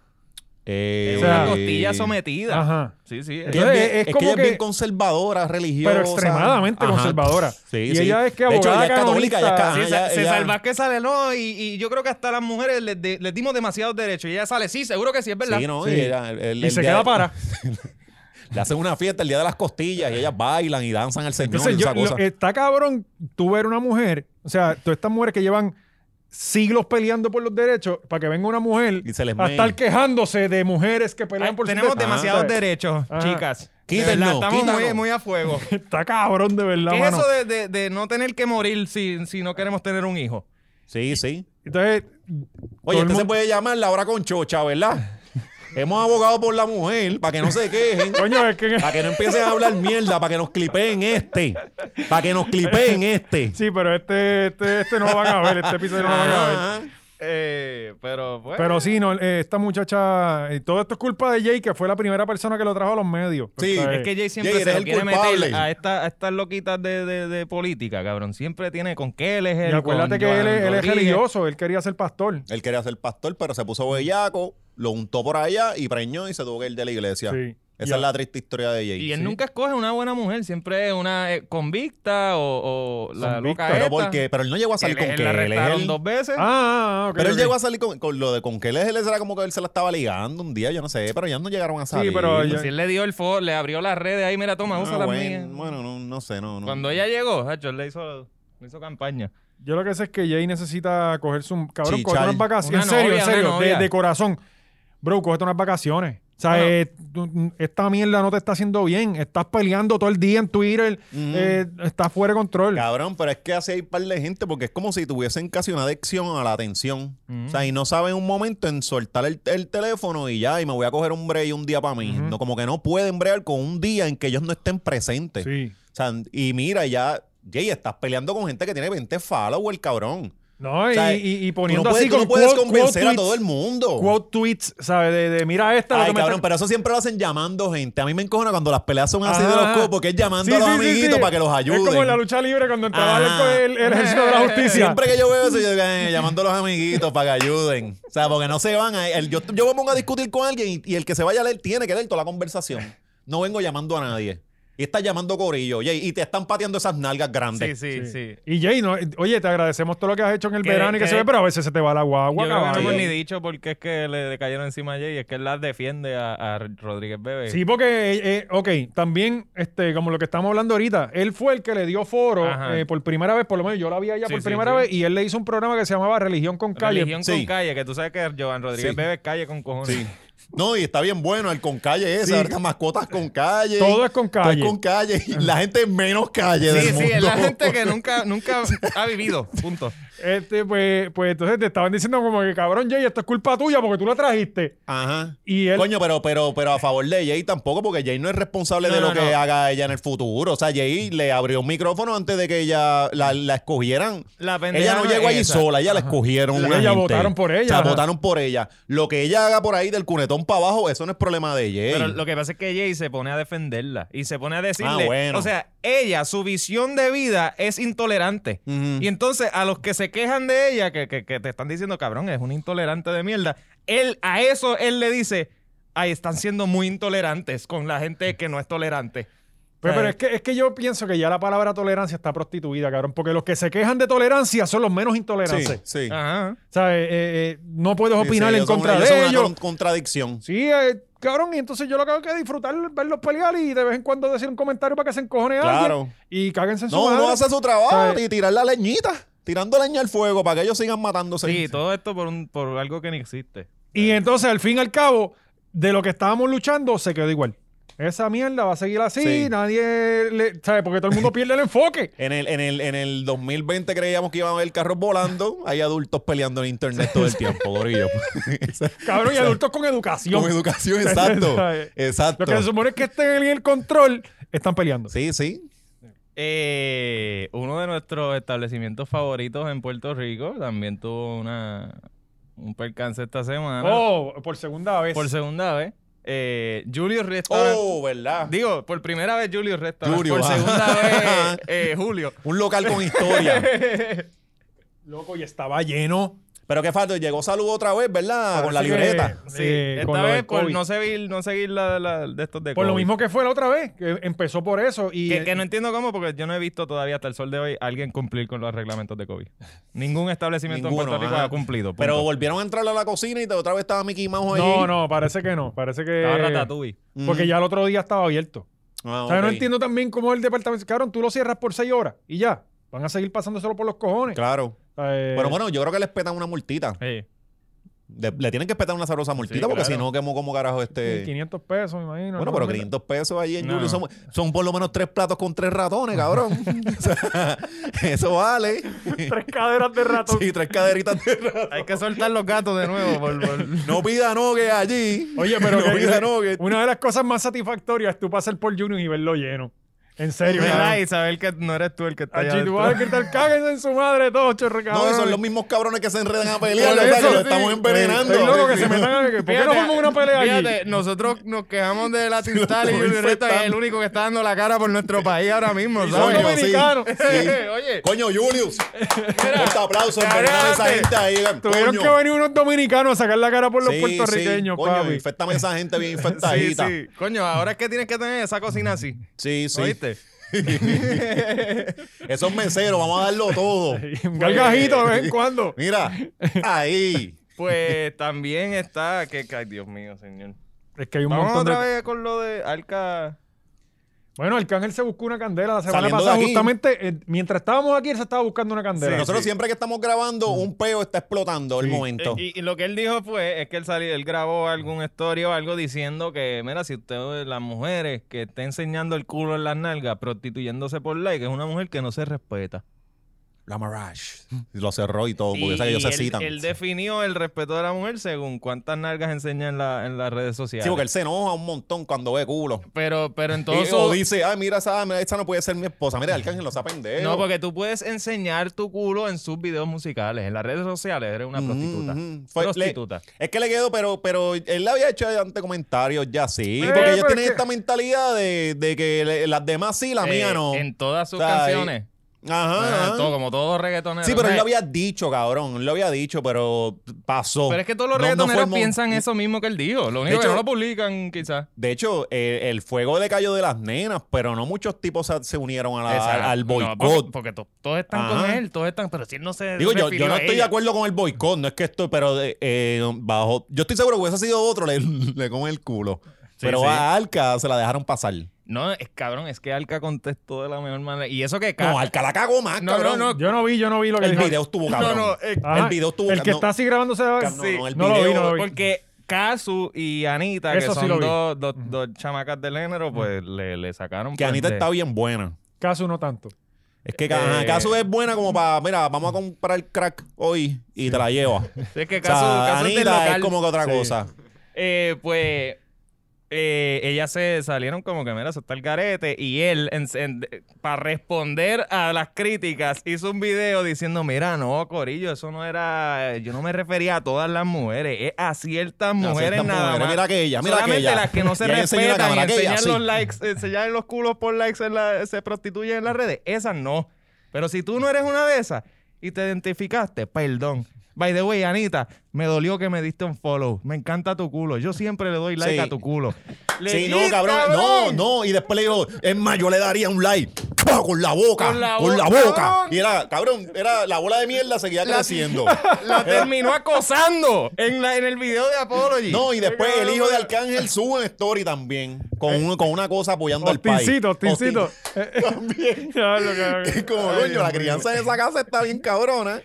Eh,
Es
o sea,
una costilla sometida.
Ajá.
Sí, sí.
Ella es,
Entonces,
bien-
es
es que
como
ella es bien
que-
conservadora, religiosa.
Pero extremadamente
Ajá.
conservadora.
Sí,
y
sí.
ella es que
De hecho,
abogada
ella es católica, ella es
canonista.
ca-
Sí,
ajá,
sa-
ella-
se
ella-
salva que sale, no, y, y yo creo que hasta las mujeres les, de- les dimos demasiados derechos. Y ella sale, sí, seguro que sí, es verdad.
Sí, ¿no?
Sí.
Y, ella- el- el-
Y
el
se
día-
queda
[laughs]
para.
Le hacen una fiesta el día de las costillas y ellas bailan y danzan al Señor.
Entonces,
y
yo,
esa cosa.
lo- está cabrón tú ver una mujer, o sea, todas estas mujeres que llevan siglos peleando por los derechos, para que venga una mujer
Y se les
a
meen.
estar quejándose de mujeres que
Ay,
pelean por sus
tenemos
derechos. Ah,
demasiados
O sea,
derechos,
Ajá.
chicas. De
Quítenlo,
verdad, Estamos muy,
quítanlo.
muy
[laughs]
a fuego.
Está cabrón de verdad,
¿Qué es
mano.
eso de, de- de no tener que morir si, si no queremos tener un hijo?
Sí, sí.
Entonces,
Oye,
todo el
este se
mundo-
puede llamar la hora con chocha, ¿verdad? Hemos abogado por la mujer para que no
[laughs]
se quejen.
coño, es que
Para que no empiecen a hablar mierda, para que nos clipeen este. Para que nos clipeen este.
sí, pero este este este no lo van a ver, este episodio no lo van a ver.
Ajá.
Eh, pero bueno.
Pero sí, no, eh, esta muchacha, eh, todo esto es culpa de Jay, que fue la primera persona que lo trajo a los medios.
Sí,
O sea, eh,
es que Jay siempre
Jay,
se
eres
lo
el
quiere
culpable.
meter a, esta- a estas loquitas de, de- de política, cabrón. Siempre tiene con qué él es el.
y acuérdate
con
que él,
Joan
es- él es
Rodríguez.
religioso, él quería ser pastor.
Él quería ser pastor, pero se puso bellaco, lo untó por allá y preñó y se tuvo que ir de la iglesia.
Sí.
Esa
Ya.
es la triste historia de Jay.
Y él
Sí.
nunca escoge una buena mujer, siempre es una eh, convicta o, o la
Convicta.
loca.
Pero
esta.
porque, pero él no llegó a salir
Él-
con
él
que
la
él es
arrestaron
él.
dos veces.
Ah, ah, ok,
Pero él
ok.
llegó a salir con, con lo de con que él es él, era como que él se la estaba ligando un día, yo no sé, pero ya no llegaron a salir.
pero ya-
Si Pues él le dio el fo, le abrió las redes ahí, mira, toma,
Ah,
usa las mías.
bueno, bueno, no, no sé, no, no.
Cuando ella llegó, Hacho, él le hizo, le hizo campaña.
Yo lo que sé es que Jay necesita cogerse un. Cabrón,
Chichar.
cógete unas vacaciones. En
Una
serio,
novia,
en serio.
una
De,
novia.
de corazón. Bro, cógete unas vacaciones. O sea,
Bueno.
eh, tú- esta mierda no te está haciendo bien. Estás peleando todo el día en Twitter.
Ujú.
eh, estás fuera de control.
Cabrón, pero es que así hay par de gente porque es como si tuviesen casi una adicción a la atención. O
Mm.
sea, y no saben un momento en soltar el, el teléfono y ya, y me voy a coger un break un día para mí.
Ujú.
no, como que no pueden brear con un día en que ellos no estén presentes.
Sí.
O sea, y mira, ya, Jay, estás peleando con gente que tiene 20 followers, cabrón.
No, y,
O sea,
y- y
Tú no
poniendo
puedes,
así
tú
con
no puedes
quote-
convencer
quote
a todo
tweets-
el mundo.
Quote tweets, ¿sabes? De, de, mira esta. lo
Ay,
que me
cabrón,
está-
pero eso siempre lo hacen llamando gente. A mí me encojona cuando las peleas son así de
Ajá.
los copos, porque es llamando
Sí,
a los
sí, sí,
amiguitos
sí.
para que los ayuden.
Es como en la lucha libre cuando entraba
Ajá.
el, el ejército
[laughs]
de la justicia.
[laughs] Siempre que yo veo eso, yo digo, "Eh, llamando a los amiguitos para que ayuden. O sea, porque no se van. a- el- yo, yo me pongo a discutir con alguien y, y el que se vaya a leer tiene que leer toda la conversación. No vengo llamando a nadie. y estás llamando corillo, oye, y te están pateando esas nalgas
Sí,
grandes.
sí, sí.
Y Jay, no- oye, te agradecemos todo lo que has hecho en el
Que-
verano y que,
que-
se ve, pero a veces se te va la guagua,
Yo creo que no
caballo.
hemos ni dicho porque es que le, le cayeron encima a Jay, es que él las defiende a, a Rodríguez Bebe.
Sí, porque, eh, eh, ok, también, este, como lo que estamos hablando ahorita, él fue el que le dio foro
Ajá.
eh, por primera vez, por lo menos yo la vi allá
Sí,
por
sí,
primera
sí.
vez, y él le hizo un programa que se llamaba Religión con Calle.
Religión con
Sí.
calle, que tú sabes que Joan Rodríguez
Sí.
Bebe es calle con cojones. [laughs]
No, y está bien bueno el con calle ese,
Sí.
ahora están mascotas con calle.
Todo es con calle. Ah.
Todo es con calle. y La gente menos calle del
Sí, sí, es la
mundo.
gente que nunca, nunca ha vivido. Punto.
Este, pues, pues entonces te estaban diciendo como que cabrón, Jay, esto es culpa tuya porque tú la trajiste.
Ajá.
Y él.
Coño, pero, pero, pero a favor de Jay tampoco, porque Jay no es responsable
No,
de
no,
lo que
no.
haga ella en el futuro. O sea, Jay le abrió un micrófono antes de que ella la, la escogieran.
La pendeja
ella no
no es
llegó allí
esa.
sola, ella la escogieron.
La-
una
ella
gente.
votaron por ella,
O sea,
ajá.
votaron por ella. Lo que ella haga por ahí del cunetón para abajo, eso no es problema de Jay.
Pero lo que pasa es que Jay se pone a defenderla y se pone a decirle,
Ah, bueno.
o sea, ella, su visión de vida es intolerante.
Ujú.
Y entonces a los que se quejan de ella, que, que- que te están diciendo, cabrón, es un intolerante de mierda, él, a eso él le dice, ay, están siendo muy intolerantes con la gente que no es tolerante.
Pues, pero es que, es que yo pienso que ya la palabra tolerancia está prostituida, cabrón, porque los que se quejan de tolerancia son los menos intolerantes.
Sí, sí.
Ajá.
¿Sabes? Eh, eh, no puedes
Sí,
opinar
sí,
en
ellos son
contra
una-
de
ellos. son
ellos.
una con- contradicción.
Sí, eh, cabrón, y entonces yo lo que hago es que disfrutar, verlos pelear y de vez en cuando decir un comentario para que se encojone a
Claro.
alguien y cáguense en su
No,
madre.
uno hace su trabajo
Sí.
y tirar la leñita. Tirando leña al fuego para que ellos sigan matándose.
Sí, todo esto por, un, por algo que ni existe.
Y entonces, al fin y al cabo, de lo que estábamos luchando, se quedó igual. Esa mierda va a seguir así,
Sí.
nadie le... ¿Sabes? Porque todo el mundo pierde el enfoque.
En el, en, el, en el 2020 creíamos que iban a haber carros volando. Hay adultos peleando en internet todo el tiempo, gorillo. [laughs]
Cabrón, y adultos con educación.
Con
[laughs]
educación, exacto.
¿Sabes?
exacto.
Lo que se supone es que estén en el control, están peleando.
Sí, sí.
Eh, uno de nuestros establecimientos favoritos en Puerto Rico también tuvo una, un percance esta semana.
Oh, por segunda vez.
Por segunda vez. Eh, Julio Restaurant.
Oh, ¿verdad?
Digo, por primera vez Julio Restaurant.
Julio,
por
ah.
segunda vez eh, Julio.
Un local con historia.
[laughs] Loco, y estaba lleno.
Pero qué falta, llegó salud otra vez, ¿verdad? Con la
Parece que-
libreta.
Sí,
eh, con
esta
lo del
vez por
COVID.
no seguir, no seguir la, la- de estos de
Este,
Por lo
COVID.
mismo que fue la otra vez, que empezó por eso. Y,
Que, que no entiendo cómo, porque yo no he visto todavía hasta el sol de hoy alguien cumplir con los reglamentos de COVID. Ningún establecimiento en
Ninguno,
Puerto Rico
ah.
ha cumplido. punto.
Pero volvieron a entrar a la cocina y te- otra vez estaba Mickey Mouse allí.
no, no, parece que no. Parece que...
Estaba Ratatouille.
Ujú.
Porque ya el otro día estaba abierto.
Ah,
O sea, no
ok.
entiendo también cómo el departamento. Cabrón, tú lo cierras por seis horas y ya. Van a seguir pasando solo por los cojones.
Claro.
O sea, eh,
Pero bueno, yo creo que les petan una multita.
Sí.
De- le tienen que petar una sabrosa multita porque
claro.
si no, ¿cómo, cómo carajo este...?
500 pesos, me imagino.
Bueno,
¿no?
pero
Mira.
500 pesos ahí en
No.
Julio son, son por lo menos tres platos con tres
[laughs]
ratones, cabrón. [laughs] O sea, eso vale.
[laughs] Tres caderas de ratón.
Sí, tres caderitas de ratón.
Hay que soltar los gatos de nuevo. por- [laughs] por-
No pida nogue allí.
Oye, pero
no
que-
pida nogue.
una de las cosas más satisfactorias es tú pasar por Junior y verlo lleno. En serio.
¿Verdad?
¿verdad?
Y saber que no eres tú el que está allá
Allí tú
adentro.
vas a gritar, cáguense en su madre todos, chorre
No,
cabrón.
y son los mismos cabrones que se enredan a pelear.
Por
o sea, que
eso,
lo
sí.
estamos envenenando.
Estoy loco que se metan a- ¿Por qué no
Fíjate,
formamos una pelea allí?
fíjate, nosotros nos quejamos
[laughs]
de la Tintal y
estoy
Julio Reta es el
infectando.
único que está dando la cara por nuestro país ahora
[laughs]
mismo,
Sí,
Son
¿sabes?
coño, sí,
dominicanos.
sí.
[laughs]
Oye.
Coño, Julius. Fuerte aplauso.
Cállate.
envenenando a esa gente ahí.
Tuvieron
coño.
que venir unos dominicanos a sacar la cara por los
Sí,
puertorriqueños,
sí, Coño,
papi.
infectame a esa gente
[laughs]
bien
Sí,
infectadita.
sí. Coño, ahora es que tienes que tener esa cocina así.
Sí, sí.
¿Oíste?
Esos meseros, vamos a darlo todo.
[laughs] Un gargajito de vez
[laughs]
en cuando.
Mira, ahí.
Pues también está. Que, que- ay, Dios mío, señor.
Es que hay un
Vamos
montón de...
otra vez con lo de Alca.
Bueno, Arcángel se buscó una candela la semana
Saliendo de
pasada.
aquí.
Justamente eh, mientras estábamos aquí, él se estaba buscando una candela.
Nosotros siempre que estamos grabando, un peo está explotando el
Sí.
momento.
Eh, Y, y- y lo que él dijo fue es que él salió, él grabó algún story o algo diciendo que, mira, si usted, las mujeres que estén enseñando el culo en las nalgas, prostituyéndose por like, es una mujer que no se respeta.
La Mirage. Lo cerró y todo, porque
Y-
sabe que ellos
y
se
él,
citan.
él definió el respeto de la mujer según cuántas nalgas enseña en, la- en las redes sociales.
Sí, porque él se enoja un montón cuando ve culo.
Pero, pero
Y-
entonces.
o dice, ay, mira, esa, mira, esa no puede ser mi esposa. Mira, Arcángel los pendejo.
No, porque tú puedes enseñar tu culo en sus videos musicales. En las redes sociales eres una
Ujú,
prostituta.
ujú. Mm, Fue- le-
prostituta.
es que le quedó, pero, pero él le había hecho antes comentarios ya sí.
Eh,
porque ellos
pero
tienen
es que-
esta mentalidad de, de que le- las demás sí, la
Eh,
mía no.
En todas sus
O sea,
canciones.
Ajá.
Ah, todo, como todo reggaetonero.
Sí, pero él
Me-
lo había dicho, cabrón. Él lo había dicho, pero pasó.
Pero es que todos los
No- no fue
reggaetoneros
el mo-
piensan eso mismo que él dijo. Lo único
hecho-
que no lo publican, quizás.
De hecho, eh, el, fuego le cayó de las nenas, pero no muchos tipos se- se unieron a la- al,
Exacto.
al
No,
boicot.
porque porque to- todos están
Ajá.
con él, todos están. Pero si él no se.
Digo, yo, yo
refirió
no
a
estoy de
ella.
acuerdo con el boicot, no es que estoy, pero de- eh, bajo. Yo estoy seguro que hubiese sido otro, le, [laughs] le con el culo. pero
sí.
a Alca se la dejaron pasar.
No, es cabrón, es que Alca contestó de la mejor manera. Y eso que. Ka-
No, Alca la cagó más,
No,
cabrón.
no, no.
Yo no vi, yo no vi lo que
El
dijo.
video estuvo
no,
cabrón.
no, eh,
Ajá,
el video estuvo
El que
no,
está así grabándose.
no, no, el
No lo vi,
video-
no lo vi.
Porque Casu y Anita,
Eso
que
sí
son
lo vi.
dos, dos, dos chamacas del género, pues le, le sacaron.
Que
pues,
Anita
de-
está bien buena.
Caso no tanto.
Es que ajá,
Eh,
Casu es buena como para, mira, vamos a comprar crack hoy y te la lleva.
Sí, es que
O sea,
Casu, Casu este es del
Anita es,
local.
como que otra
Sí.
cosa.
Eh, pues eh, ellas se salieron como que, mira, eso está el garete. Y él, para responder a las críticas, hizo un video diciendo, mira, no, Corillo, eso no era... Yo no me refería a todas las mujeres, es a ciertas mujeres
ciertas
nada
mujeres.
más.
Mira aquella, mira
Solamente
aquella.
las
[laughs]
que no se
Y ahí enseñó la
respetan
cámara,
y
aquella,
enseñan
sí.
los likes, enseñan los culos por likes, en la- se prostituyen en las redes, esas no. Pero si tú no eres una de esas y te identificaste, perdón. By the way, Anita, me dolió que me diste un follow. Me encanta tu culo. Yo siempre le doy like
Sí.
a tu culo.
Sí,
Legit,
no, cabrón. No, no. Y después le digo, es más, yo le daría un like. ¡Pah! Con la boca. Con
Con
la,
la
boca.
boca, cabrón.
Y era, cabrón, era la bola de mierda seguía creciendo.
La terminó acosando en, la, en el video de
[laughs]
Apology.
No, y después el hijo de Arcángel sube una story también. Con, un- con una cosa apoyando al país.
Ostincito,
[laughs]
ostincito.
También.
Eh, [laughs] Ya, lo que-
Es [laughs] como, coño, la crianza de esa casa está bien cabrona.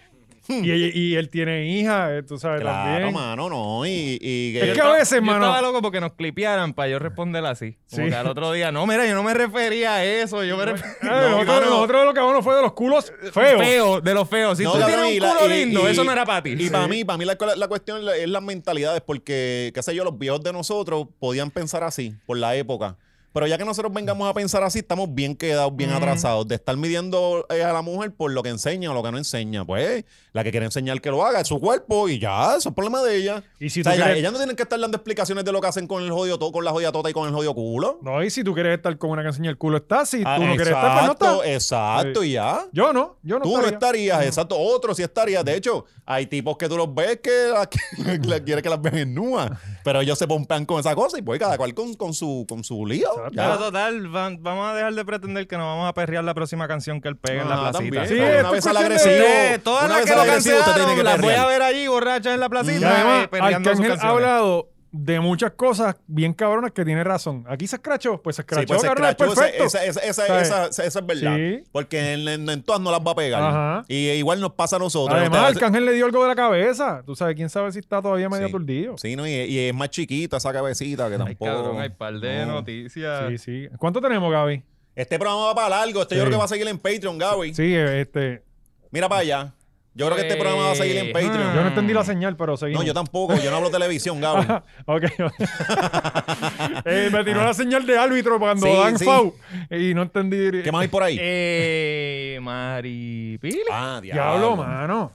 Y, y- y él tiene hija, eh, tú sabes,
Claro,
también.
mano, no. Y, y
Es que a veces,
yo
mano.
estaba loco porque nos clipearan para yo responder así. Como
Sí.
que al otro día, no, mira, yo no me refería a eso. Yo me refería...
Eh, nosotros, nosotros lo que hablamos fue de los culos
Eh,
feos.
Feo, de los feos. Si
No,
tú
cabrón,
tienes
y
un
la-
culo
y-
lindo,
y-
eso no era para ti.
Y para mí, para mí la, la cuestión es las mentalidades, porque, qué sé yo, los viejos de nosotros podían pensar así por la época. Pero ya que nosotros vengamos a pensar así, estamos bien quedados, bien atrasados de estar midiendo eh, a la mujer por lo que enseña o lo que no enseña. Pues la que quiere enseñar que lo haga es su cuerpo y ya, eso es problema de ella.
Y si
O sea,
tú
la-
quieres-
Ellas no tienen que estar dando explicaciones de lo que hacen con el jodido todo, con la jodida tota y con el jodido culo.
No, y si tú quieres estar con una canción y el culo está, si tú
Ah,
no quieres estar, pues no
exacto,
está.
exacto, y ya.
Yo no, yo no
Tú no
estaría.
estarías, exacto. Otros sí estarías. De hecho, hay tipos que tú los ves que, [laughs] la- que la- quiere que las vean en nua. Pero ellos se pompean con esa cosa y pues cada cual con, con su, con su lío. Ya.
Pero total, van- vamos a dejar de pretender que nos vamos a perrear la próxima canción que él pega en
Ah,
la placita.
también.
Sí, este
Una
esto
vez
es
al
cuestión
agresivo.
Eh, todas
una
las
vez
que
al
lo
agresivo, usted tiene que
cancelaron las voy a
perrear.
ver allí borrachas en la
Y
placita eh,
además,
perreando sus
Arcángel ha
canciones.
hablado de muchas cosas bien cabronas que tiene razón. Aquí se escrachó, pues se escrachó,
Sí, pues se
cabrón, es
escrachó,
perfecto.
esa, esa, esa-
¿Sabes?
esa- esa- esa es verdad.
Sí.
Porque en, en- en todas no las va a pegar.
Ajá.
Y igual nos pasa a nosotros.
Además,
Ustedes-
Arcángel le dio algo de la cabeza. Tú sabes, quién sabe si está todavía medio
Sí.
aturdido. Sí.
Sí, ¿no? y, y es más chiquita esa cabecita que
Ay,
tampoco.
cabrón, hay par de
No.
noticias.
sí, ¿Cuánto tenemos, Gaby?
Este programa va para largo. Este yo
Sí.
creo que va a seguir en Patreon, Gaby.
Sí, eh, este.
Mira para allá. Yo creo que este programa va a seguir en
Eh,
Patreon.
Yo no entendí la señal, pero seguimos.
No, yo tampoco. Yo no hablo televisión, Gaby.
[laughs]
[laughs]
ok. Eh, me tiró la señal de árbitro cuando
Sí,
dan
sí.
foul y no entendí.
¿Qué más hay por ahí?
Eh, Maripili.
ah,
Diablo, mano.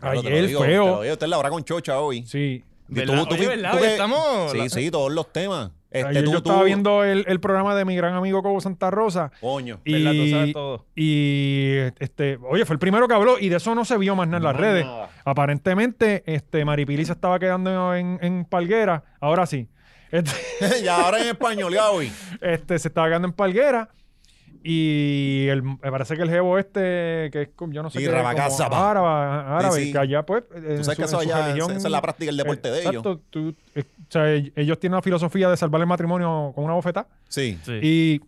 Diablo, te lo
Ayer
digo, te lo
feo.
digo, Esta es la hora con chocha hoy.
Sí.
Y
¿Verdad? Oye, ¿verdad? Hoy estamos-
Sí,
la-
sí, todos los temas. Este,
Ayer
tú,
yo
tú-
estaba viendo el, el programa de mi gran amigo Cobo Santa Rosa.
Coño. [laughs]
Y,
¿Verdad? Tú sabes todo.
y este, oye, fue el primero que habló y de eso no se vio más nada en las
Más
redes.
nada.
Aparentemente, este, Maripili se estaba quedando en, en Palguera. Ahora sí. Este,
ya ahora en
[laughs]
español, Gaby.
este, se estaba quedando en Palguera. Y el- me parece que el jevo este, que es como, yo no sé
Sí,
qué, como
Rabacazaba.
árabe, árabe,
sí.
que allá pues... en
Tú sabes
su-
que eso
en su
allá,
religión-
esa es la práctica del deporte de ellos.
Exacto, tú- eh, o sea, ellos tienen la filosofía de salvar el matrimonio con una bofetada.
Sí.
Y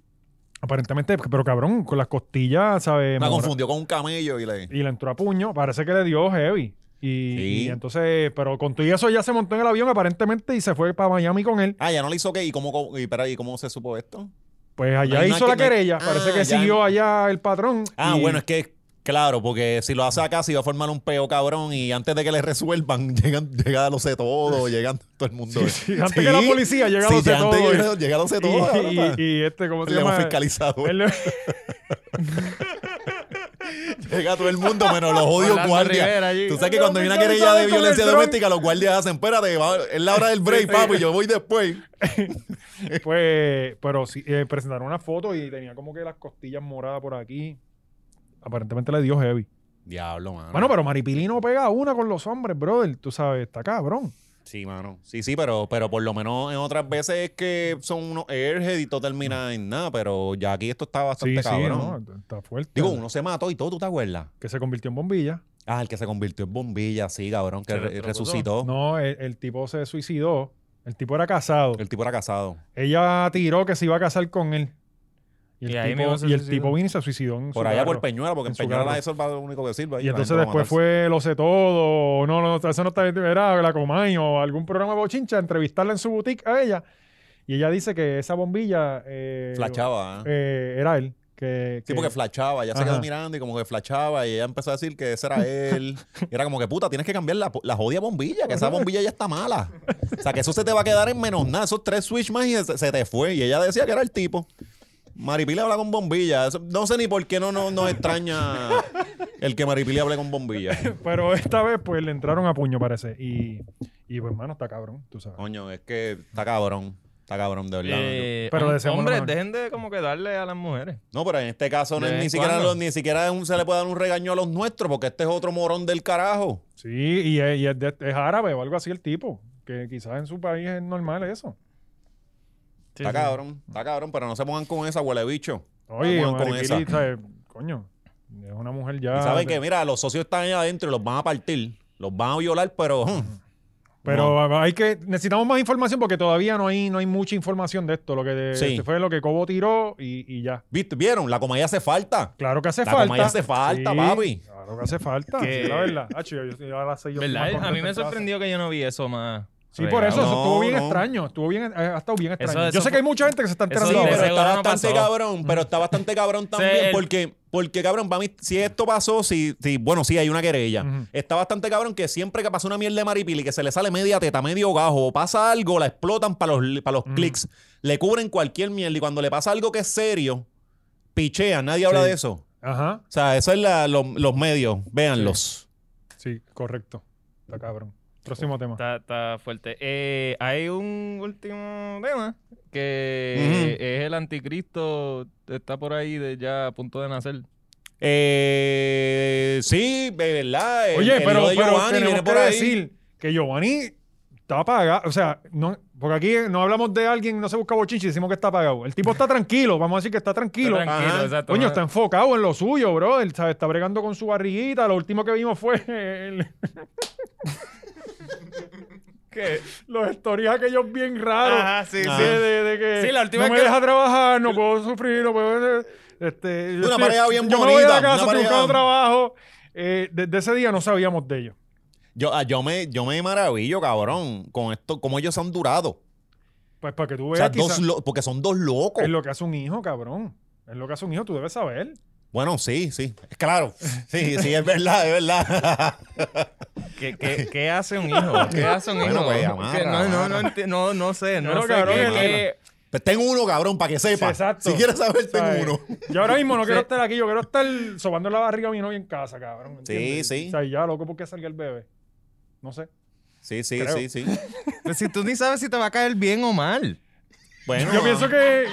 aparentemente, pero cabrón, con las costillas, ¿sabes?
Me
Mora-
confundió con un camello y le...
Y le entró a puño. Parece que le dio heavy. Y,
Sí.
y entonces, pero con todo y eso ya se montó en el avión aparentemente y se fue para Miami con él.
Ah, ya no le hizo qué. ¿Y cómo, cómo- y, espera, ¿y cómo se supo esto?
Pues allá
No hay- no
hizo
hay
la
que- no hay-
querella.
Ah,
parece que
ya.
siguió allá el patrón.
Ah,
y-
bueno, es que, claro, porque si lo hace acá, se va a formar un peo cabrón y antes de que le resuelvan, [laughs] llegan, llega lo sé [laughs] todo, llegan todo el mundo.
sí, antes que la policía, llega lo sé
ya antes
todo.
llega- llega lo
[laughs]
sé
y,
todo. cabrón,
y-
pa-
y este, ¿cómo se
el león
llama?
fiscalizador.
El-
[laughs] Llega todo el mundo menos [laughs] los odios
Orlando
guardias.
Rivera allí.
Tú sabes que cuando hay una
Orlando
querella de
Rivera con
violencia
el dron.
doméstica, los guardias hacen, espérate, va- es la hora del break, papi, yo voy después.
pues, pero sí, eh, presentaron una foto y tenía como que las costillas moradas por aquí. aparentemente le dio heavy.
Diablo, mano.
Bueno, pero Maripilino pega una con los hombres, brother. Tú sabes, está cabrón.
Sí, mano. Sí, sí, pero, pero por lo menos en otras veces es que son unos airhead y todo termina en nada, pero ya aquí esto está
Mm. Sí,
bastante
sí,
cabrón.
¿no? Está fuerte.
Digo, uno se mató y todo, ¿tú te acuerdas?
Que se convirtió en bombilla.
Ah, el que se convirtió en bombilla, sí, cabrón, que
Se
re-
electrocutó.
resucitó.
No, el, el tipo se suicidó. El tipo era casado.
El tipo era casado.
Ella tiró que se iba a casar con él. Y el,
Y ahí mismo
tipo,
se
y el
suicidó.
tipo vino y se suicidó. en su
Por allá
carro.
por Peñuela, porque
En
en,
su
Peñuela
carro.
eso es lo único que sirve. ahí,
Y
la
entonces
gente va a
después
matarse.
fue Lo sé todo. No, no, no, eso no está bien. Era la Comay o algún programa de bochincha, entrevistarla en su boutique a ella. Y ella dice que esa bombilla. eh,
Flachaba. ¿eh?
eh, era él. Que,
Sí,
que-
porque flachaba, ella se
Ajá.
quedó mirando y como que flachaba y ella empezó a decir que
[laughs]
ese era él. Y era como que puta, tienes que cambiar la, la jodida bombilla, que esa bombilla ya está mala. O sea, que eso se te va a quedar en menos nada, esos tres switch más y se, se te fue. Y ella decía que era el tipo. Maripili habla con bombilla. Eso- No sé ni por qué no no- nos extraña el que Maripili hable con bombilla.
Pero esta vez, pues le entraron a puño, parece. Y, y pues, mano, está cabrón, tú sabes.
Coño, es que está cabrón. Está cabrón, de verdad.
Eh,
Pero
hom-
deseamos lo
hombres,
mejor.
dejen de como que darle a las mujeres.
No, pero en este caso no es
¿De
ni
vez en
siquiera,
cuando?
los- ni siquiera un- se le puede dar un regaño a los nuestros, porque este es otro morón del carajo.
Sí, y, es, y es de- es árabe o algo así el tipo. Que quizás en su país es normal eso.
Sí,
está
sí.
cabrón, está cabrón, pero no se pongan con esa, huele bicho.
Oye,
Vamos con
Maripili,
esa.
¿sabes? coño, es una mujer ya.
y saben que, mira, los socios están ahí adentro y los van a partir, los van a violar, pero [laughs] hmm,
Pero hay que necesitamos más información porque todavía no hay no hay mucha información de esto. Lo que de-
Sí.
este fue lo que Cobo tiró y, y ya.
¿viste? ¿vieron? La comaya hace falta.
Claro que hace
La
falta.
Comay hace falta, papi.
Claro que hace falta.
Que-
sí, la verdad. Hacho, yo- yo- yo ahora soy yo más
¿Verdad?
contento
A mí
en
me
casa.
sorprendió que yo no vi eso más.
Sí, por eso, eso
No,
estuvo bien
no.
extraño. Estuvo bien, eh, ha estado bien extraño.
Eso-
yo
eso
sé que hay mucha gente que se está
eso
enterando
sí,
ahora.
pero
seguro
está
no
bastante
pasó.
cabrón, pero está bastante cabrón también,
el-
porque, porque cabrón, para mí, si esto pasó, si, si- bueno, sí, hay una querella.
Ujú.
Está bastante cabrón que siempre que pasa una mierda de maripili, que se le sale media teta, medio gajo, o pasa algo, la explotan para los, para los clics, le cubren cualquier mierda y cuando le pasa algo que es serio, pichean, nadie habla
Sí.
de eso.
Ajá,
O sea, eso es la- lo- los medios, véanlos.
sí, correcto. Está cabrón. Próximo tema.
Está, está fuerte. Eh, hay un último tema que
Ujú.
es el anticristo. Está por ahí de ya a punto de nacer.
Eh, sí, de verdad. el-
Oye,
el
pero,
hijo de
pero
Giovanni
tenemos
viene
que
por ahí.
decir que Giovanni está apagado. O sea, no, porque aquí no hablamos de alguien, no se busca bochinche, decimos que está apagado. El tipo está tranquilo, vamos a decir que está tranquilo.
Está tranquilo,
Ajá.
exacto.
Coño,
No-
está enfocado en lo suyo, bro. Él sabe, está bregando con su barriguita. Lo último que vimos fue el- [laughs]
¿Qué?
los stories aquellos bien raros.
Ajá, sí,
de,
sí.
de- de que
Ah. Sí, la última
no
vez
me
que-
deja trabajar, no puedo sufrir, no puedo... Este, yo
Una
estoy-
pareja bien
Yo me voy a la
bonita,
casa,
una
estoy buscando
pareja-
trabajo. Eh, desde ese día no sabíamos de ellos.
Yo, ah, yo, me, yo me maravillo, cabrón, con esto, cómo ellos han durado.
Pues para que tú
O
veas
sea,
quizá-
dos lo- porque son dos locos.
Es lo que hace un hijo, cabrón. Es lo que hace un hijo, tú debes saber.
Bueno, sí, sí. Claro. Sí, sí, es verdad, es verdad. [laughs]
¿Qué, qué, qué hace un hijo? ¿Qué hace un hijo?
Bueno, pues,
Que
amarra,
no, no, no,
amarra.
enti- no, no sé. No,
Claro,
sé
cabrón,
qué-
el-
qué-
Pues ten uno, cabrón, para que sepa. Si quieres saber, ten
¿Sabes?
uno.
Yo ahora mismo no quiero estar aquí, yo quiero estar sobando la barriga a mi novia en casa, cabrón. ¿me
Sí,
entiendes?
sí.
O sea, ya loco porque salga el bebé. No sé.
Sí, sí,
Creo.
sí, sí.
Pues si tú ni sabes si te va a caer bien o mal.
Bueno,
Yo pienso que.
eh,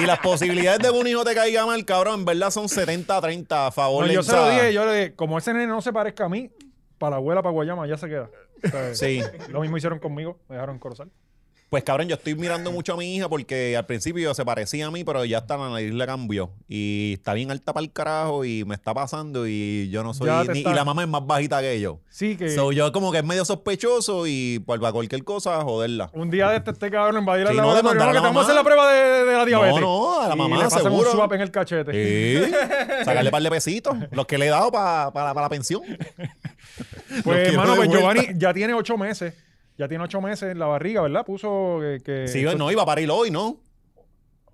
y las posibilidades de que un hijo te caiga mal, cabrón, en verdad son 70-30 a favor.
no,
de
yo se lo
esa-
dije, yo le dije, como ese nene no se parezca a mí, para la abuela, para Guayama, ya se queda. O sea,
Sí.
Lo mismo hicieron conmigo, me dejaron corozal.
Pues cabrón, yo estoy mirando mucho a mi hija porque al principio se parecía a mí, pero ya hasta la nariz le cambió. Y está bien alta para el carajo y me está pasando y yo no soy...
Ya te
ni-
está-
Y la mamá es más bajita que yo.
Sí, que
So, yo como que es medio sospechoso y por para cualquier cosa, joderla.
un día de este, este cabrón invadir
Sí,
la
no,
laboratorio,
demandar
no,
a
que
la
te vamos a hacer
mamá.
la prueba de, de- de la diabetes.
no, a la Eh, mamá,
y le pasan
seguro.
un swap en el cachete.
Sí.
[laughs]
Sacarle un par de pesitos, los que le he dado para la pensión.
Eh,
Los
Pues,
que
hermano,
no
pues
de vuelta.
Giovanni ya tiene ocho meses. Ya tiene ocho meses en la barriga, ¿verdad? Puso que. que-
Sí, pues, no, iba a parir hoy, ¿no?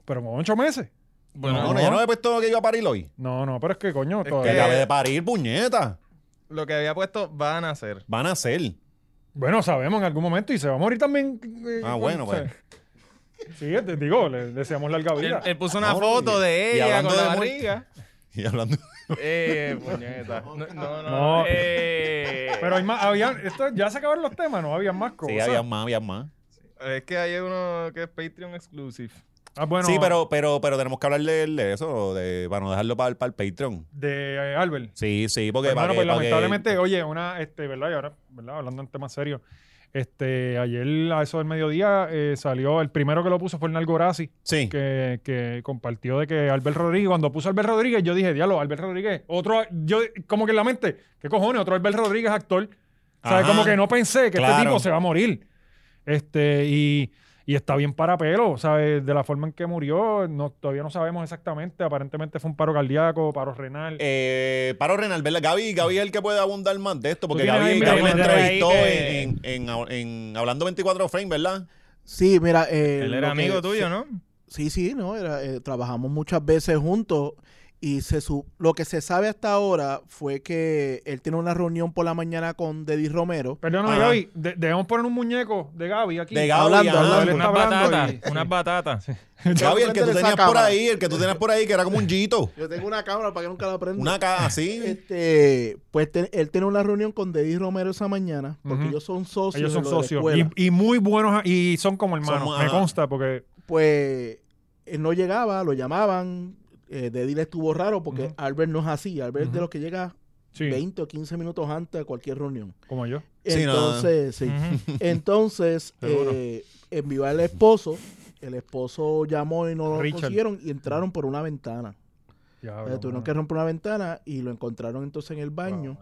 Pero con ocho meses.
No,
Bueno,
no, yo no he puesto que iba a parir hoy.
No, no, pero es que coño,
que-
Que
todavía.
acabé de parir, puñeta.
lo que había puesto van a hacer.
Van a ser.
Bueno, sabemos en algún momento y se va a morir también. eh,
Ah, bueno,
o sea,
pues.
Sí, te digo, le deseamos larga
Él,
vida.
él puso una
No,
foto
y-
de
y
ella
hablando
con la
de muerte.
barriga.
Y hablando...
Eh, puñeta. No, no, no.
No.
Eh,
Pero hay más, había, esto, ya se acabaron los temas, no había más cosas.
Sí, había más, había más.
es que hay uno que es Patreon exclusive.
Ah, bueno,
sí, pero, pero, pero tenemos que hablar de, de eso, de, para no dejarlo para, para el Patreon.
De eh, Albert.
Sí, sí, porque... para
Bueno,
que-
pues
para que-
lamentablemente, oye, una, este, ¿verdad? Y ahora, ¿verdad? Hablando en temas serios, este, ayer a eso del mediodía eh, salió, el primero que lo puso fue el Gorazzi,
Sí.
que, que compartió de que Albert Rodríguez, cuando puso Albert Rodríguez, yo dije, diablo, Albert Rodríguez, otro, yo, como que en la mente, ¿qué cojones? Otro Albert Rodríguez actor. O sea,
Ajá.
como que no pensé que este
Claro.
tipo se va a morir. Este, y, y está bien para pelo, ¿sabes? De la forma en que murió, no, todavía no sabemos exactamente. Aparentemente fue un paro cardíaco, paro renal.
Eh, paro renal, ¿verdad? Gaby, Gaby es el que puede abundar más de esto, porque
tienes ahí,
Gaby,
mira,
Gaby lo
mira,
entrevistó
ahí que-
en, en- en- en Hablando 24 Frame,
[laughs]
¿verdad?
Sí, mira. eh,
Él era
lo que-
amigo tuyo, ¿no?
Sí, sí, no. Era, eh, trabajamos muchas veces juntos y se su- lo que se sabe hasta ahora fue que él tiene una reunión por la mañana con Deddy Romero.
Perdóname,
Ajá.
Gaby, de- debemos poner un muñeco de Gaby aquí.
De Gaby,
Hablando,
ajá.
hablando.
Él está
Unas
hablando
batatas,
y-
unas batatas.
Gaby, el que tú tenías
Yo tengo
por
cámara.
ahí, el que tú tenías por ahí, que era como un yito.
Yo tengo una cámara para que nunca la prenda.
Una
[laughs]
caja así.
Este, pues te- él tiene una reunión con Deddy Romero esa mañana porque
Ujú.
ellos son socios.
Ellos
de
son
lo de la
socios.
escuela.
Y, y muy buenos, a- y son como hermanos,
Somos,
me
ajá.
consta, porque...
pues él no llegaba, lo llamaban. Eh, Deddy le estuvo raro porque
Ujú.
Albert no es así. Albert es de los que llega
Sí,
20 o 15 minutos antes a cualquier reunión.
como yo.
Sí, no.
Entonces, sí. [laughs]
Ujú.
Entonces,
[laughs] Seguro.
eh, envió al esposo. El esposo llamó y no lo
Richard. Ah,
consiguieron y entraron por una ventana.
Ya,
O sea, tuvieron que romper una ventana y lo encontraron entonces en el baño,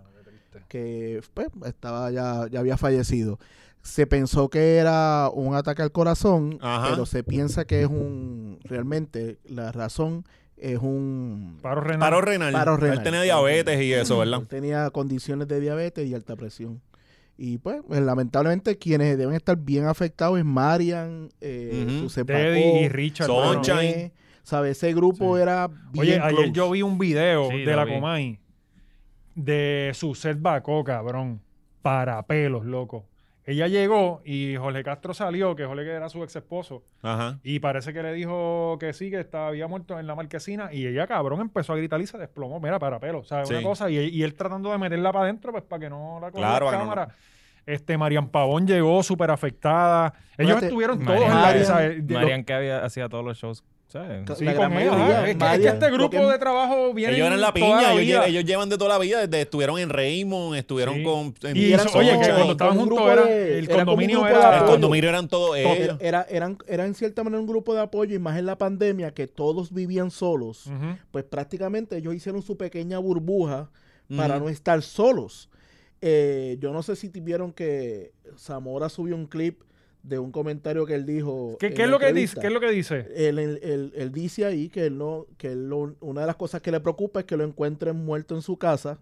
que pues, estaba ya, ya había fallecido. Se pensó que era un ataque al corazón,
Ajá.
pero se piensa que es un, realmente la razón es un...
Paro renal.
Paro renal.
Paro
Él
renal.
tenía diabetes y eso, ¿verdad?
Él tenía condiciones de diabetes y alta presión. Y pues, pues, lamentablemente quienes deben estar bien afectados es Marian, eh,
Ujú.
Susan
Teddy
Pacó,
y Richard.
Son
mano.
cha-
René. ¿Sabe? Ese grupo
Sí.
era
Oye,
bien
ayer
close.
yo vi un video
Sí,
de
lo
la
vi.
Comay de su set bacó, cabrón. Para pelos, loco. Ella llegó y Jorge Castro salió, que Jorge era su ex esposo.
Ajá.
Y parece que le dijo que sí, que estaba, había muerto en la marquesina. Y ella, cabrón, empezó a gritar y se desplomó. Mira, para pelo. O sea, una
Sí.
cosa. Y, y él tratando de meterla para adentro, pues para que no la coja
Claro,
la
para que no
cámara. Este, Marian Pavón llegó súper afectada. Ellos
Fíjate,
estuvieron
Marian-
todos en la-
Marian-
o sea, de- de-
Marian que había, hacía todos los shows, ¿sabes?
Ca-
Sí,
la
con
gran
él, ajá.
mayoría,
Es que- es que,
Marian,
este grupo
lo que-
de trabajo viene.
Ellos eran
toda
la piña, ellos,
vida.
lle- ellos llevan de toda la vida, desde estuvieron en Raymond, estuvieron
Sí.
con... en-
Y
eran
eso- oye,
como-
que cuando
como
estaban
un
juntos
grupo
era,
de-
el
era como un
condominio
grupo
era.
de
el
apoyo.
condominio eran todos ellos.
Eh, Era, eran, era en cierta manera un grupo de apoyo y más en la pandemia que todos vivían solos.
Ujú.
Pues prácticamente ellos hicieron su pequeña burbuja para
Ujú.
no estar solos. Eh, yo no sé si te vieron que Zamora subió un clip de un comentario que él dijo.
¿Qué,
en
qué es
la
lo que dice?
entrevista.
¿Qué es lo que dice?
Él, él- él- él dice ahí que él no, que él lo- una de las cosas que le preocupa es que lo encuentren muerto en su casa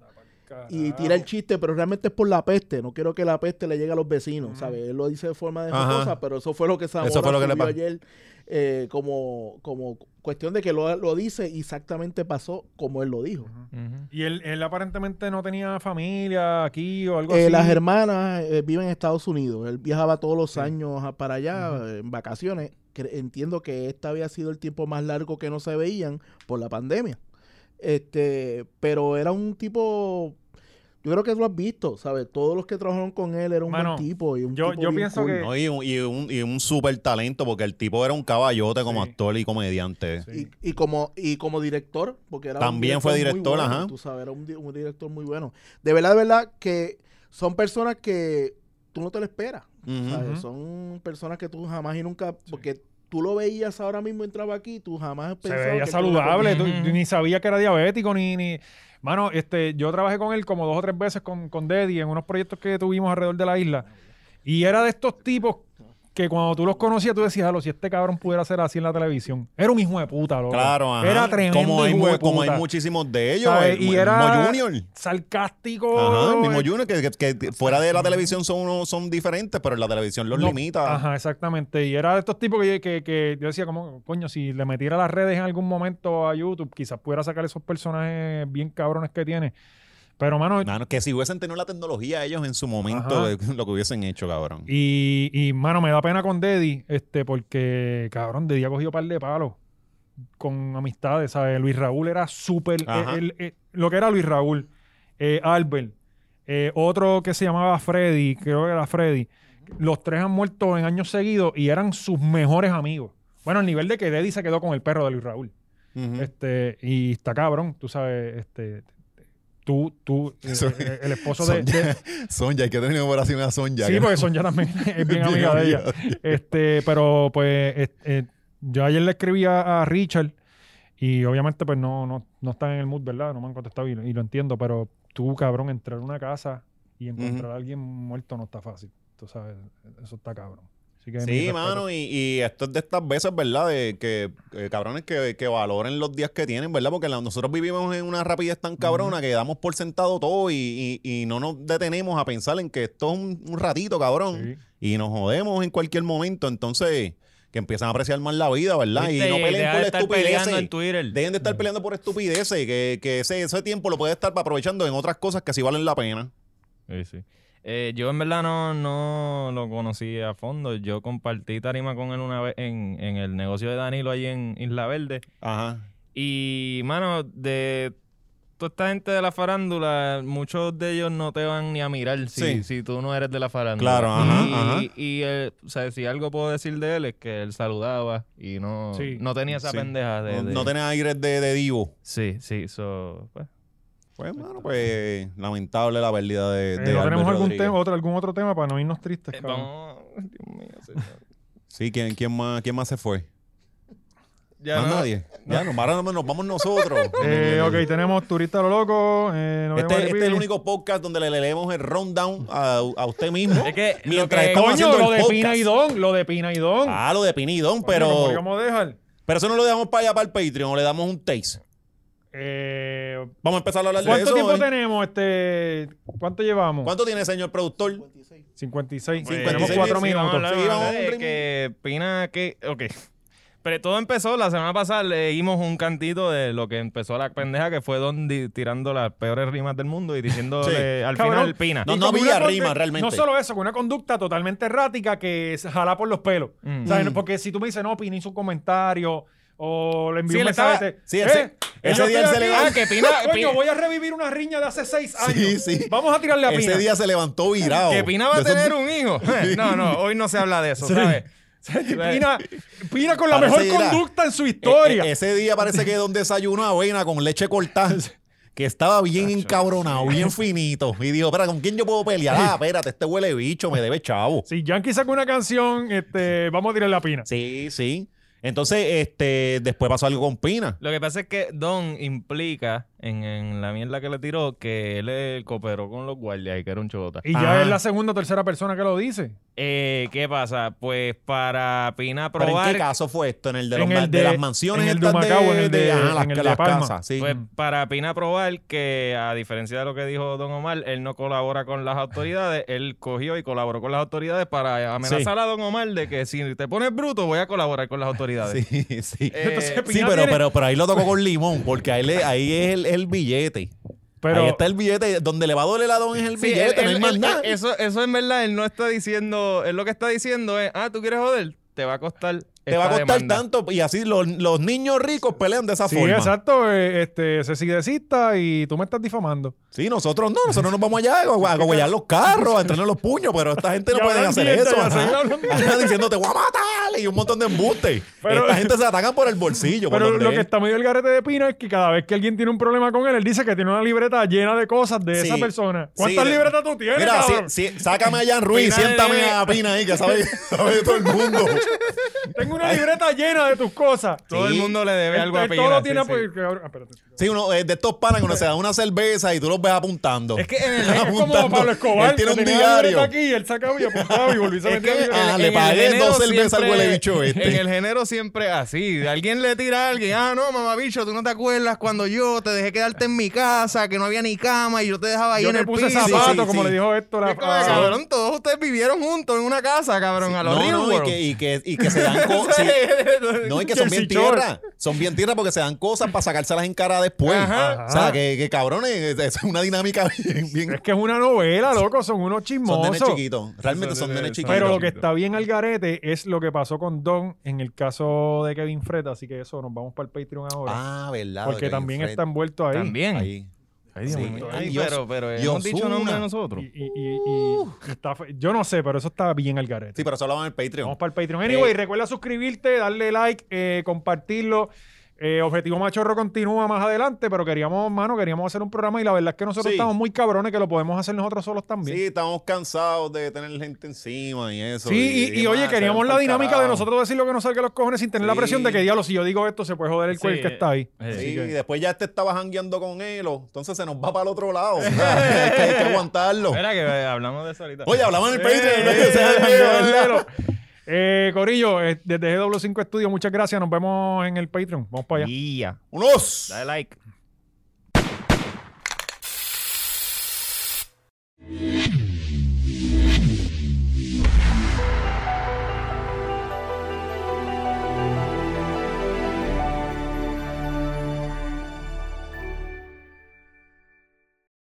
Ah.
y tira el chiste, pero realmente es por la peste. No quiero que la peste le llegue a los vecinos, ¿sabes? Él lo dice de forma de
Ajá.
jocosa, pero eso fue lo que Zamora
Eso fue lo que le
subió
pasó.
ayer eh, como, como cuestión de que lo, lo dice y exactamente pasó como él lo dijo.
Ujú.
Y él, él aparentemente no tenía familia aquí o algo
Eh,
así.
las hermanas eh, viven en Estados Unidos. Él viajaba todos los años a- para allá eh, en vacaciones. Cre- Entiendo que este había sido el tiempo más largo que no se veían por la pandemia. Este, pero era un tipo, yo creo que tú lo has visto, ¿sabes? Todos los que trabajaron con él era un
Mano,
buen tipo y un
yo-
tipo
yo
bien
pienso
cool.
que-
No, y un, y un, y un super talento, porque el tipo era un caballote como
Sí.
actor y comediante.
Sí.
Y, y como, y como director, porque era un
También fue
muy
director,
bueno,
ajá.
Tú sabes, era un, di- un director muy bueno. De verdad, de verdad, que son personas que tú no te lo esperas.
Ujú.
¿sabes?
Ujú.
Son personas que tú jamás y nunca, porque tú lo veías ahora mismo, entraba aquí, tú jamás
Se
pensabas
veía
que tú eras
saludable,
Ujú.
tú- tú ni sabía que era diabético, ni, ni... Mano, este, yo trabajé con él como dos o tres veces con, con Deddy en unos proyectos que tuvimos alrededor de la isla. Y era de estos tipos que cuando tú los conocías, tú decías, "Jalo, si este cabrón pudiera ser así en la televisión. Era un hijo de puta, loco.
Claro, ajá.
oh. Era tremendo
Como hay,
hijo
mu-
de
como hay
puta.
muchísimos de ellos.
¿Sabes?
El,
Y
y
era-
Junior.
Sarcástico.
Ajá, el mismo
eh,
Junior, que, que- que fuera de la televisión son, unos- son diferentes, pero en la televisión los
no-
limita.
Ajá, exactamente. Y era de estos tipos que, que- que yo decía, como, coño, si le metiera las redes en algún momento a YouTube, quizás pudiera sacar esos personajes bien cabrones que tiene. Pero, mano,
Mano, que si hubiesen tenido la tecnología ellos en su momento,
Ajá.
eh, lo que hubiesen hecho, cabrón.
Y, y, mano, me da pena con Deddy, este, porque, cabrón, Deddy ha cogido par de palos con amistades, ¿sabes? Luis Raúl era súper...
Ajá.
eh, el- eh, lo que era Luis Raúl, eh, Albert, eh, otro que se llamaba Freddy, creo que era Freddy, los tres han muerto en años seguidos y eran sus mejores amigos. Bueno, al nivel de que Deddy se quedó con el perro de Luis Raúl.
Ujú.
Este, y está cabrón, tú sabes, este, tú,
[laughs]
tú, eh,
Eso-
eh, el esposo de,
Sonja,
de-
[laughs] Sonja, hay que tener operación a Sonja.
sí,
que-
porque Sonja también [laughs] es
[laughs]
bien amiga de ella. Este, pero pues, es- eh, yo ayer le escribí a, a Richard y obviamente pues no, no, no están en el mood, ¿verdad? No me han contestado y, lo- y lo entiendo, pero tú, cabrón, entrar a una casa y encontrar a alguien muerto no está fácil, tú sabes, eso está cabrón. Así que mi
Sí,
respeto.
mano, y, y esto es de estas veces, ¿verdad? De que, que cabrones que, que valoren los días que tienen, ¿verdad? Porque la- nosotros vivimos en una rapidez tan cabrona que damos por sentado todo y, y- y no nos detenemos a pensar en que esto es un, un ratito, cabrón.
Sí.
Y nos jodemos en cualquier momento. Entonces, que empiezan a apreciar más la vida, ¿verdad? Y
Viste,
no
y
peleen
deja
por
de estar
estupideces.
peleando en Twitter.
Dejen de estar peleando por estupideces. Que, que ese, ese tiempo lo puede estar aprovechando en otras cosas que sí valen la pena.
Sí, sí. Eh, yo en verdad no, no lo conocí a fondo. Yo compartí tarima con él una vez en, en el negocio de Danilo ahí en Isla Verde.
Ajá.
Y, mano, de toda esta gente de la farándula, muchos de ellos no te van ni a mirar si,
Sí.
si tú no eres de la farándula.
Claro, ajá,
Y,
ajá.
y, eh, o sea, si algo puedo decir de él es que él saludaba y no,
Sí.
no tenía esa
Sí.
pendeja de...
No,
de-
no tenés aires de, de divo.
Sí, sí, so, pues,
Pues, mano, pues lamentable la pérdida de.
Eh,
de
¿no
Albert
tenemos algún,
Rodríguez.
tema, otro, algún otro tema para no irnos tristes,
eh,
cabrón?
vamos- Dios mío, señor.
Sí, ¿quién, quién, más, ¿quién más se fue?
Ya
más
no-
nadie. Ya, nos, ahora nos, nos vamos nosotros.
[laughs] Eh, ok, tenemos Turista lo Loco. Eh, nos vemos
Este,
en el
este es el
Pipi.
único podcast donde le leemos el rundown a, a usted mismo.
Es que lo
mientras
que-
estamos
Coño,
haciendo
lo
el
de
podcast.
Pina y Don, lo de Pina y Don.
Ah, lo de Pinidón,
Coño,
pero,
¿Cómo dejar?
pero eso no lo dejamos para allá para el Patreon, o le damos un taste.
Eh,
Vamos a empezar a hablar de
¿Cuánto
eso.
tiempo
hoy.
tenemos? Este, ¿Cuánto llevamos?
¿Cuánto tiene, señor productor?
56.
56.
Pues,
tenemos
56,
cuatro
sí,
vamos a
minutos.
hablar
Sí, vamos
más
a
de
un ritmo.
que Pina que ok pero todo empezó la semana pasada leímos un cantito de lo que empezó la pendeja que fue Don di- tirando las peores rimas del mundo y diciéndole al
Cabrón.
final Pina
No,
Y
no
con
había
una
rima,
conde-
realmente.
No solo eso, con una conducta totalmente errática que es jalar por los pelos.
Mm.
O sea, no- Porque si tú me dices, no, Pina hizo un comentario o le envió
Sí,
un
él
mensaje.
estaba-
te-
sí, ese- ese
yo
día él
estoy
se
aquí.
levantó.
Ah, que Pina- Pina-
Coño, voy a revivir una riña de hace seis años.
Sí, sí.
Vamos a tirarle a Pina.
Ese día se levantó virado.
que Pina va
De
a
esos
tener
días-
un
[laughs]
hijo no no hoy no se habla de eso sabes
Pina, Pina con la
Parece
mejor
era-
conducta en su historia.
E- e- ese día parece que don desayuno avena con leche cortada. Que estaba bien encabronado, bien finito. Y dijo, espera, ¿con quién yo puedo pelear? Ah, espérate, este huele bicho, me debe chavo.
Si Yankee saca una canción, este, vamos a tirarle a Pina.
Sí, sí. Entonces, este, después pasó algo con Pina.
lo que pasa es que Don implica en, en la mierda que le tiró que él eh, cooperó con los guardias y que era un chota
Y ya
Ah.
es la segunda o tercera persona que lo dice.
Eh, ¿qué pasa? pues para Pina
¿Pero en
probar
qué caso fue esto? ¿En el de, los
En
ma-
el
de
de-
las mansiones?
en el de
estas
Humacao, en el de-
ajá, las,
en el de
las
Palma.
casas, sí.
Pues para Pina probar que, a diferencia de lo que dijo Don Omar, él no colabora con
[laughs]
las autoridades, él cogió y colaboró con las autoridades para amenazar a Don Omar de que si te pones bruto voy a colaborar con las autoridades.
[laughs] sí, sí.
Eh,
Entonces,
Sí,
Pina
pero,
tiene-
pero, pero ahí lo tocó con limón, porque ahí, le- ahí es el, el billete.
Pero-
ahí está el billete. Donde le va a doler a don es el
Sí,
billete,
él-
no hay
él-
más
él-
nada.
Eso, eso en verdad él no está diciendo, él lo que está diciendo es, ah, tú quieres joder, te va a costar.
Te va a
esta
costar
demanda".
tanto. Y así los, los niños ricos pelean de esa
Sí,
forma.
exacto. eh, Este, se sigue cita y tú me estás difamando.
Sí, nosotros no. Nosotros nos vamos allá a go- a gollar los carros, a entrenar los puños, pero esta gente no
Y
puede
hablan
hacer
mierda,
eso.
y
ajá.
seguir
[laughs]
hablando
Ajá, Diciendo, te voy a matar. Y un montón de embustes.
Pero-
esta
[laughs]
gente se atacan por el bolsillo. por
Pero
donde
lo que
es.
está medio el garete de Pina es que cada vez que alguien tiene un problema con él, él dice que tiene una libreta llena de cosas de
Sí.
esa persona.
Sí,
¿Cuántas
de-
libretas tú tienes,
Mira, sí-
cabrón?
sí, sácame a Jan Ruiz,
Pina le
siéntame
debe-
a Pina ahí,
[laughs]
que sabe, sabe todo el mundo.
Tengo una libreta llena de tus cosas.
Todo
Sí.
el mundo le debe
Él-
algo a
él
Pina.
todo lo
sí,
tiene
sí.
pues, cabrón, ah, espérate.
[laughs] Sí, uno eh, de estos panas que uno se da una cerveza y tú los ves apuntando.
Es que en el-
Es como
Apuntando.
Pablo Escobar.
Él tiene
que
un
tenía la libreta
diario.
Aquí, y él sacaba y apuntaba y volvía a meter la
Es que
libreta.
Ah,
en-
le
en
pagué
el género
dos cervezas al
siempre-
huelebicho este.
En el género siempre así. Alguien le tira a alguien, ah, no, mamabicho, tú no te acuerdas cuando yo te dejé quedarte en mi casa, que no había ni cama y yo te dejaba ahí
Yo
en
le
el
puse
piso.
zapato, Ah.
sí,
como
sí.
le dijo Héctor a,
Es como,
a-
cabrón, todos ustedes vivieron juntos en una casa, cabrón, a los
no,
Real
no, y
World. [laughs]
que, y, que, y que se
[laughs]
dan cosas. No, y que son bien
Jersey Shore.
tierra. Son bien tierra porque se dan cosas para sacárselas en cara después.
Ajá.
O sea, que, que cabrones, es- es una dinámica [laughs] bien. bien-
Es que es una novela, loco, son unos
son nenes
chismosos.
chiquitos. Realmente
Son
son
nenes-
nenes chiquitos.
Pero lo que está bien al garete es lo que pasó con Don en el caso de Kevin Fred, así que eso, nos vamos para el Patreon ahora.
Ah, verdad.
porque
Kevin
también
Fred.
está envuelto ahí.
También.
Ahí.
Ay, Dios
Sí,
mío.
ay,
Dios-
pero, pero hemos dicho
Yosuna.
nombre de nosotros.
Y, y- y- y- y está fe- yo no sé, pero eso está bien al garete.
Sí, Eh, pero eso lo hablamos en el Patreon.
Vamos para el Patreon. Anyway, recuerda suscribirte, darle like, eh, compartirlo. Eh, Objetivo Machorro continúa más adelante, pero queríamos, mano, queríamos hacer un programa y la verdad es que nosotros
Sí.
estamos muy cabrones que lo podemos hacer nosotros solos también.
Sí, estamos cansados de tener gente encima y eso.
Sí, y, y oye,
demás,
queríamos
se van
la
pa'l
dinámica de
carajo.
nosotros decir lo que nos salga de los cojones sin tener la
Sí.
presión de que, diablo, si yo digo esto, se puede joder el
Sí,
cuello que
eh,
está ahí.
eh,
Sí,
Así
y
que-
después ya este estaba jangueando con él, o- entonces se nos va para el
[laughs]
otro lado. [laughs] o sea, hay, que, hay que aguantarlo.
Espera que eh, hablamos de eso ahorita.
Oye, hablamos en el
Eh,
Patreon. ¿no?
eh,
Se ve bien, ¿verdad?
eh, eh, Corillo, eh, desde GW5 Studio, muchas gracias. Nos vemos en el Patreon. Vamos para allá.
Ya.
Unos.
Dale like.